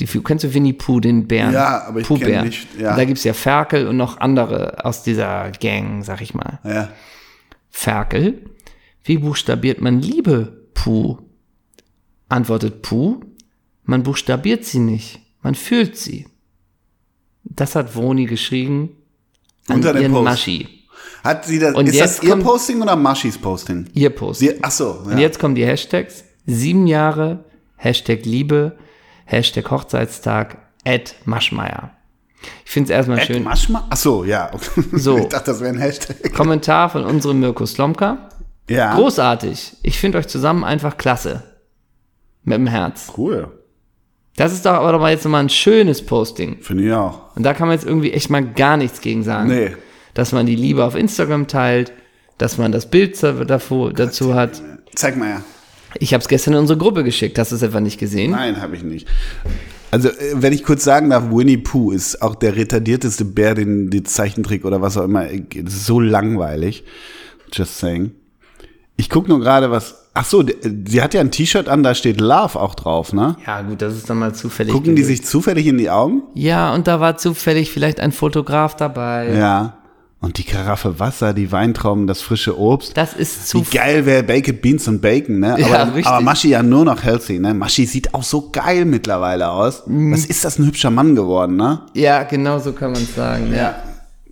B: Die, Fi- kennst du Winnie Puh, den Bären?
A: Ja, aber ich
B: Puh-Bär.
A: kenn nicht, ja.
B: Und Da gibt's ja Ferkel und noch andere aus dieser Gang, sag ich mal.
A: Ja.
B: Ferkel, wie buchstabiert man Liebe, Puh? Antwortet Puh, man buchstabiert sie nicht, man fühlt sie. Das hat Vroni geschrieben an
A: Unter dem
B: ihren
A: Post.
B: Maschi,
A: Hat sie das,
B: Und
A: ist
B: jetzt
A: das ihr
B: kommt-
A: Posting oder Maschis Posting?
B: ihr Post.
A: Sie, ach so,
B: Und
A: ja.
B: jetzt kommen die Hashtags. Sieben Jahre, Hashtag Liebe, Hashtag Hochzeitstag, Ed Maschmeier. Ich finde es erstmal
A: Ed
B: schön.
A: Maschma? Ach so, ja. <laughs>
B: So.
A: Ich dachte, das wäre ein Hashtag.
B: Kommentar von unserem Mirko Slomka.
A: Ja.
B: Großartig. Ich finde euch zusammen einfach klasse. Mit dem Herz.
A: Cool.
B: Das ist doch aber doch mal jetzt nochmal ein schönes Posting.
A: Finde ich auch.
B: Und da kann man jetzt irgendwie echt mal gar nichts gegen sagen.
A: Nee.
B: Dass man die Liebe auf Instagram teilt, dass man das Bild da-
A: Oh
B: davor, dazu hat.
A: Zeig mal her.
B: Ich habe es gestern in unsere Gruppe geschickt. Hast du es etwa nicht gesehen?
A: Nein, habe ich nicht. Also, äh, wenn ich kurz sagen darf, Winnie Pooh ist auch der retardierteste Bär, den die Zeichentrick oder was auch immer, äh, ist so langweilig. Just saying. Ich guck nur gerade, was. Ach so, d- äh, sie hat ja ein T-Shirt an, da steht Love auch drauf, ne?
B: Ja gut, das ist dann mal zufällig.
A: Gucken die sich zufällig in die Augen?
B: Ja, und da war zufällig vielleicht ein Fotograf dabei.
A: Ja. Und die Karaffe Wasser, die Weintrauben, das frische Obst.
B: Das ist
A: Wie
B: zufällig.
A: geil wäre Baked Beans und Bacon, ne? Aber,
B: Ja, richtig.
A: aber Maschi ja nur noch healthy, ne? Maschi sieht auch so geil mittlerweile aus.
B: Mhm.
A: Was ist das ein hübscher Mann geworden, ne?
B: Ja, genau so kann man es sagen. Ja.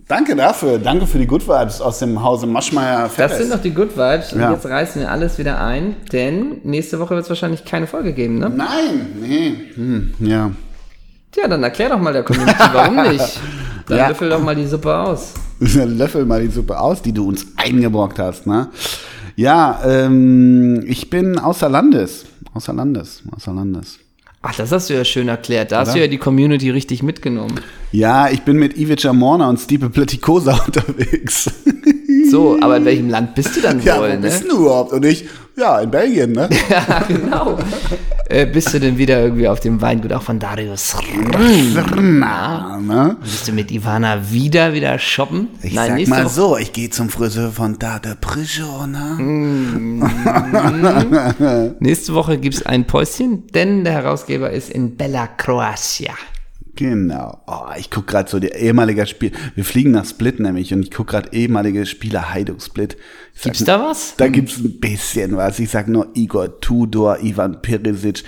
A: Danke dafür. Danke für die Good Vibes aus dem Hause Maschmeyer
B: Das sind noch die Good Vibes. Und
A: Ja.
B: jetzt reißen wir alles wieder ein, denn nächste Woche wird es wahrscheinlich keine Folge geben, ne?
A: Nein, nee. Hm, ja. <laughs>
B: Tja, dann erklär doch mal der Community, warum nicht? Dann
A: Ja.
B: löffel doch mal die Suppe aus.
A: Löffel mal die Suppe aus, die du uns eingebrockt hast, ne? Ja, ähm, ich bin außer Landes. Außer Landes, außer Landes.
B: Ach, das hast du ja schön erklärt. Da hast
A: Oder?
B: du ja die Community richtig mitgenommen.
A: Ja, ich bin mit Ivica Morna und Stipe Pletikosa <laughs> unterwegs.
B: So, aber in welchem Land bist du dann
A: ja,
B: wohl,
A: wo
B: ne? <laughs>
A: bist du überhaupt? Und ich, ja, in Belgien, ne?
B: ja, genau. äh, bist du denn wieder irgendwie auf dem Weingut auch von Darius?
A: Na, ne?
B: Bist du mit Ivana wieder wieder shoppen?
A: Ich sag mal so, ich gehe zum Friseur von da de Prijo, ne?
B: Nächste Woche gibt's ein Päuschen, denn der Herausgeber ist in Bella Croatia.
A: Genau. Oh, ich guck gerade so, der ehemalige Spiel. Wir fliegen nach Split nämlich und ich guck gerade ehemalige Spieler Heiduk Split. Ich sag
B: Gibt's da was?
A: Da gibt's ein bisschen was. Ich sag nur Igor Tudor, Ivan Perisic.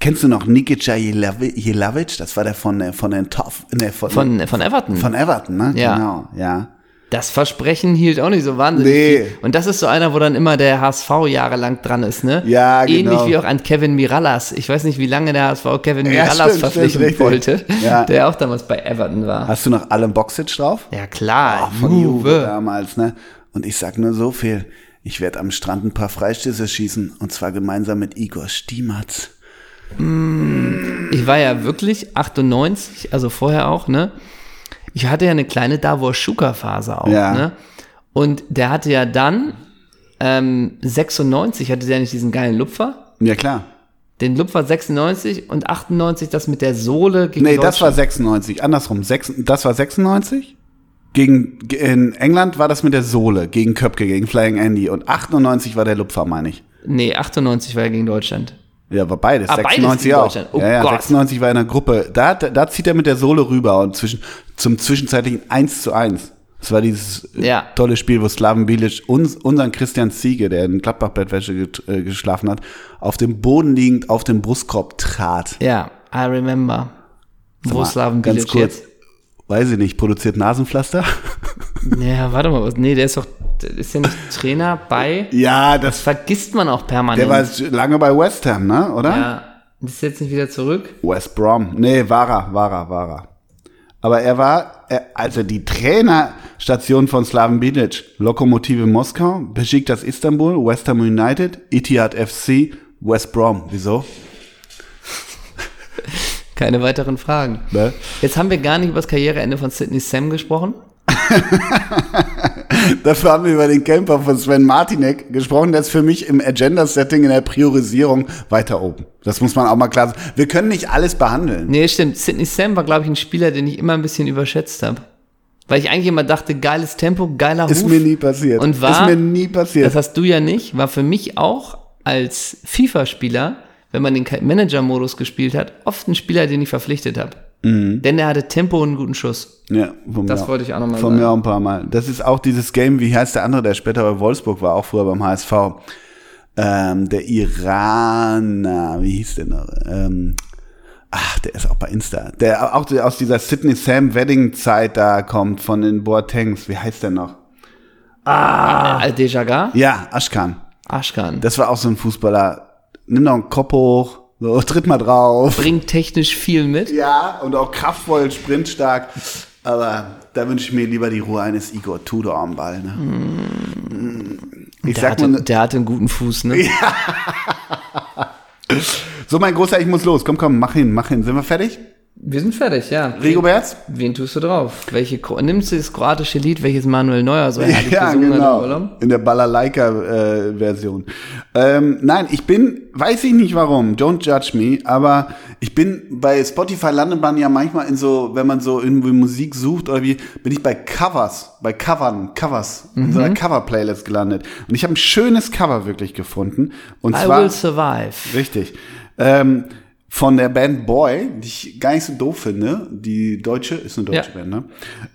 A: Kennst du noch Nikica Jelavi- Jelavic? Das war der von, äh, von den Toff, ne, von,
B: Von, äh, von Everton.
A: von Everton, ne?
B: Ja.
A: Genau, ja.
B: das Versprechen hielt auch nicht so wahnsinnig.
A: Nee.
B: viel. Und das ist so einer, wo dann immer der HSV jahrelang dran ist, ne?
A: Ja, genau.
B: Ähnlich wie auch an Kevin Mirallas. Ich weiß nicht, wie lange der HSV Kevin
A: Ja,
B: Mirallas
A: stimmt, stimmt,
B: verpflichten
A: richtig.
B: wollte,
A: Ja.
B: der auch damals bei Everton war.
A: Hast du noch Alem Boxic drauf?
B: Ja klar,
A: Oh, Von Juve
B: Juve.
A: damals, ne? Und ich sag nur so viel. Ich werde am Strand ein paar Freistöße schießen und zwar gemeinsam mit Igor Stiematz.
B: Ich war ja wirklich 98, also vorher auch, ne? Ich hatte ja eine kleine Davor Schuka Phase auch,
A: Ja.
B: ne? Und der hatte ja dann ähm, 96 hatte der nicht diesen geilen Lupfer,
A: Ja, klar.
B: den Lupfer 96 und 98 das mit der Sohle gegen
A: Nee, das war
B: Deutschland.
A: 96. Andersrum. Sechs, das war 96? Gegen, ge- in England war das mit der Sohle, gegen Köpke, gegen Flying Andy. Und 98 war der Lupfer, meine ich.
B: Nee, 98 war ja gegen Deutschland.
A: Ja, war beides.
B: Ah, beides
A: 96
B: gegen
A: auch.
B: Deutschland. Oh
A: ja, ja,
B: Gott.
A: 96 war in der Gruppe. Da, hat- da zieht er mit der Sohle rüber und zwischen, zum zwischenzeitlichen 1 zu 1. Das war dieses äh,
B: Ja.
A: tolle Spiel, wo Slaven Bilic uns, unseren Christian Ziege, der in Gladbach-Bettwäsche get- äh, geschlafen hat, auf dem Boden liegend auf den Brustkorb trat.
B: Ja, I remember. Wo
A: mal,
B: Slaven
A: ganz
B: Bilic
A: kurz.
B: jetzt?
A: Weiß ich nicht, produziert Nasenpflaster?
B: Ja, warte mal, was- nee, der ist doch ist ja nicht Trainer bei
A: <laughs> ja, das
B: vergisst man auch permanent.
A: Der war lange bei West Ham, ne? Oder?
B: Ja, ist jetzt nicht wieder zurück.
A: West Brom. Nee, war er, war er, war er. Aber er war, er, also die Trainerstation von Slaven Bilic, Lokomotive Moskau, Besiktas Istanbul, West Ham United, Etihad FC, West Brom. Wieso?
B: Keine weiteren Fragen.
A: Ne? <laughs>
B: Jetzt haben wir gar nicht über das Karriereende von Sidney Sam gesprochen.
A: Dafür haben wir über den Camper von Sven Martinek gesprochen. Der ist für mich im Agenda-Setting, in der Priorisierung weiter oben. Das muss man auch mal klar sagen. Wir können nicht alles behandeln.
B: Nee, stimmt. Sidney Sam war, glaube ich, ein Spieler, den ich immer ein bisschen überschätzt habe. Weil ich eigentlich immer dachte, geiles Tempo, geiler
A: Ist
B: Ruf.
A: mir nie passiert.
B: Und war-
A: ist mir nie passiert.
B: Das hast du ja nicht. War für mich auch als FIFA-Spieler, wenn man den Manager-Modus gespielt hat, oft ein Spieler, den ich verpflichtet habe.
A: Mhm.
B: Denn er hatte Tempo und einen guten Schuss.
A: Ja, von
B: Das
A: mir,
B: wollte ich auch noch mal
A: Von
B: sagen.
A: mir auch ein paar Mal. Das ist auch dieses Game, wie heißt der andere, der später bei Wolfsburg war, auch früher beim HSV. Ähm, der Iraner, wie hieß der noch? Ähm, ach, der ist auch bei Insta. Der auch aus dieser Sydney Sam Wedding Zeit da kommt von den Boatengs. Wie heißt der noch?
B: Ah. Al Dejaga?
A: Ja, Aschkan.
B: Aschkan.
A: Das war auch so ein Fußballer. Nimm doch einen Kopf hoch, so, tritt mal drauf.
B: Bringt technisch viel mit.
A: Ja, und auch kraftvoll, sprintstark. Aber da wünsche ich mir lieber die Ruhe eines Igor Tudor am Ball. Ne? Ich
B: Mm. Der
A: sag
B: hatte,
A: mal, ne-
B: der hatte einen guten Fuß, ne?
A: so mein Großer, ich muss los. Komm, komm, mach hin, mach hin. Sind wir fertig?
B: Wir sind fertig, ja.
A: Rigoberts?
B: Wen tust du drauf? Welche Kro nimmst du das kroatische Lied, welches Manuel Neuer so herrlich gesungen
A: genau.
B: hat im Urlaub?
A: In der Balalaika-Version. ähm, nein, ich bin, weiß ich nicht warum, don't judge me, aber ich bin bei Spotify landet man ja manchmal in so, wenn man so irgendwie Musik sucht oder wie, bin ich bei Covers, bei Covern, Covers, in so
B: Mhm.
A: einer Cover-Playlist gelandet. Und ich habe ein schönes Cover wirklich gefunden. Und
B: I
A: zwar.
B: will survive.
A: Richtig. Ähm, von der Band Boy, die ich gar nicht so doof finde, die deutsche, ist eine deutsche
B: Ja.
A: Band, ne?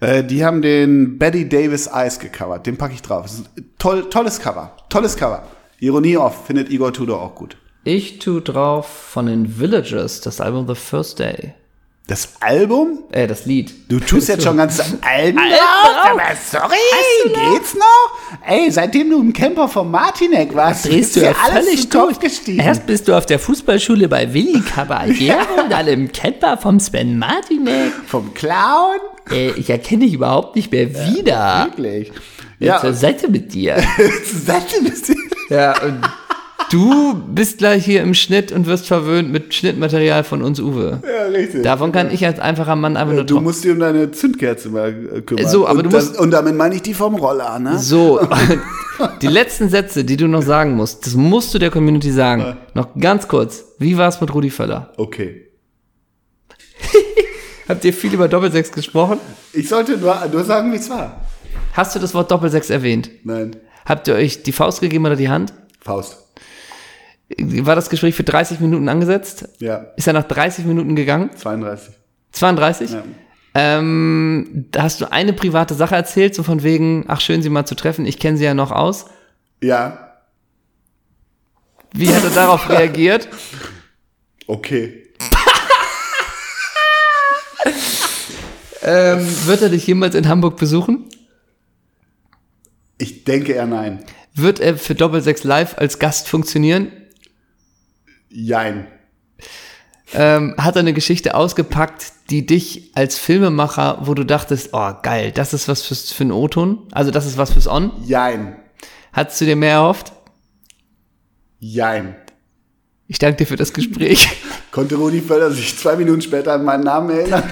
A: Äh, die haben den Betty Davis Eyes gecovert, den packe ich drauf. Das ist ein toll, tolles Cover, tolles Cover. Ironie off, findet Igor Tudor auch gut.
B: Ich tu drauf von den Villagers das Album The First Day.
A: Das Album?
B: Äh, das Lied.
A: Du tust jetzt schon
B: <laughs>
A: ganz Alben drauf, aber sorry, geht's noch? Ey, seitdem du im Camper von Martinek warst,
B: Drehst
A: ist
B: du ja
A: dir alles
B: völlig
A: zu Kopf gestiegen.
B: Erst bist du auf der Fußballschule
A: <laughs>
B: bei Willi Caballero und dann im Camper vom Sven Martinek.
A: Vom Clown?
B: Äh, ich erkenne dich überhaupt nicht mehr wieder.
A: Wirklich.
B: Ja.
A: Ja, <laughs>
B: Zur Seite mit dir.
A: Sattel ist
B: Ja, und du bist gleich hier im Schnitt und wirst verwöhnt mit Schnittmaterial von uns, Uwe.
A: ja, richtig.
B: Davon kann ich als einfacher Mann einfach nur
A: Du
B: träumen.
A: musst dir um deine Zündkerze mal äh, kümmern.
B: So, aber
A: und
B: du musst-
A: und damit meine ich die vom Roller, ne?
B: So, <laughs> die letzten Sätze, die du noch sagen musst, das musst du der Community sagen. Noch ganz kurz. Wie war es mit Rudi Völler?
A: Okay.
B: Habt ihr viel über Doppelsechs gesprochen?
A: Ich sollte nur, nur sagen, wie es war.
B: Hast du das Wort Doppelsechs erwähnt?
A: Nein.
B: Habt ihr euch die Faust gegeben oder die Hand?
A: Faust.
B: War das Gespräch für 30 Minuten angesetzt?
A: Ja.
B: Ist er nach 30 Minuten gegangen?
A: 32.
B: 32?
A: Ja.
B: Ähm, da hast du eine private Sache erzählt, so von wegen, ach schön, sie mal zu treffen, ich kenne sie ja noch aus.
A: Ja.
B: Wie hat er darauf
A: <laughs>
B: reagiert?
A: Okay.
B: Ähm, wird er dich jemals in Hamburg besuchen?
A: Ich denke eher nein.
B: Wird er für Doppelsechs Live als Gast funktionieren?
A: Jein.
B: Ähm, hat er eine Geschichte ausgepackt, die dich als Filmemacher, wo du dachtest, oh geil, das ist was fürs, für einen O-Ton, also das ist was fürs On?
A: Jein.
B: Hattest du dir mehr erhofft?
A: Jein.
B: Ich danke dir für
A: <laughs>
B: das Gespräch.
A: Konnte Rudi Völler sich zwei Minuten später an meinen Namen erinnern?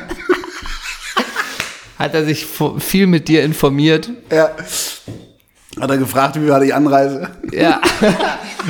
B: Hat er sich vo- viel mit dir informiert?
A: ja. Hat er gefragt, wie war die Anreise? <laughs>
B: Ja.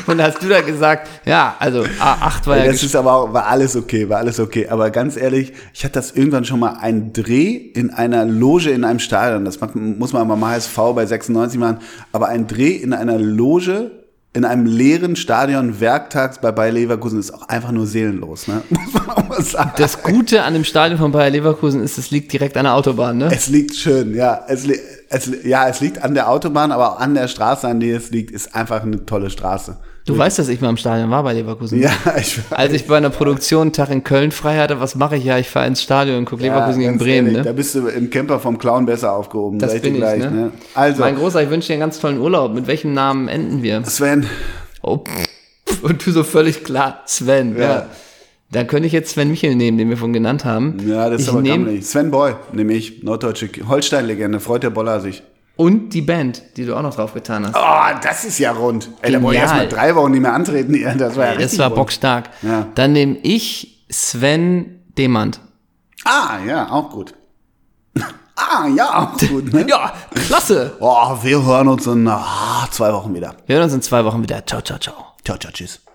B: Und hast du da gesagt, ja, also A8 war ja
A: das ist aber auch, war alles okay, war alles okay. Aber ganz ehrlich, ich hatte das irgendwann schon mal einen Dreh in einer Loge in einem Stadion. Das macht, muss man beim HSV bei 96 machen. Aber ein Dreh in einer Loge in einem leeren Stadion werktags bei Bayer Leverkusen ist auch einfach nur seelenlos,
B: <laughs>
A: ne? Muss man auch mal sagen.
B: Das Gute an dem Stadion von Bayer Leverkusen ist, es liegt direkt an der Autobahn, ne?
A: Es liegt schön, ja. Es, li es, li- ja, es liegt an der Autobahn, aber auch an der Straße, an der es liegt, ist einfach eine tolle Straße. <laughs>
B: Du weißt, dass ich mal im Stadion war bei Leverkusen.
A: Ja, ich
B: Als ich bei einer Produktion einen Tag in Köln frei hatte, was mache ich ja? Ich fahre ins Stadion und gucke Leverkusen
A: ja,
B: gegen
A: ganz
B: Bremen,
A: ehrlich, Da
B: ne?
A: bist du im Camper vom Clown besser aufgehoben.
B: Das
A: sag dir
B: bin ich, ne?
A: Also,
B: Mein Großer, ich wünsche dir einen ganz tollen Urlaub. Mit welchem Namen enden wir?
A: Sven,
B: Oh, pff. und du so völlig klar, Sven, ja.
A: Ja.
B: Dann könnte ich jetzt Sven Michel nehmen, den wir vorhin genannt haben.
A: ja, das
B: ich
A: ist aber
B: nehm-
A: gammelig. Sven Boy, nehme ich, norddeutsche Ki- Holstein-Legende, freut der Boller sich.
B: Und die Band, die du auch noch drauf getan hast.
A: Oh, das ist ja rund. Ey, da wollte ich
B: Genial.
A: erst mal drei Wochen nicht mehr antreten. hier. Das war ja
B: das
A: richtig
B: war
A: rund.
B: bockstark.
A: Ja.
B: Dann nehme ich Sven Demand.
A: Ah, ja, auch gut. <laughs> ah, ja, auch gut. Ne?
B: <laughs> Ja, klasse.
A: Oh, wir hören uns in ah, zwei Wochen wieder.
B: Wir hören uns in zwei Wochen wieder. Ciao, ciao, ciao.
A: Ciao, ciao, tschüss.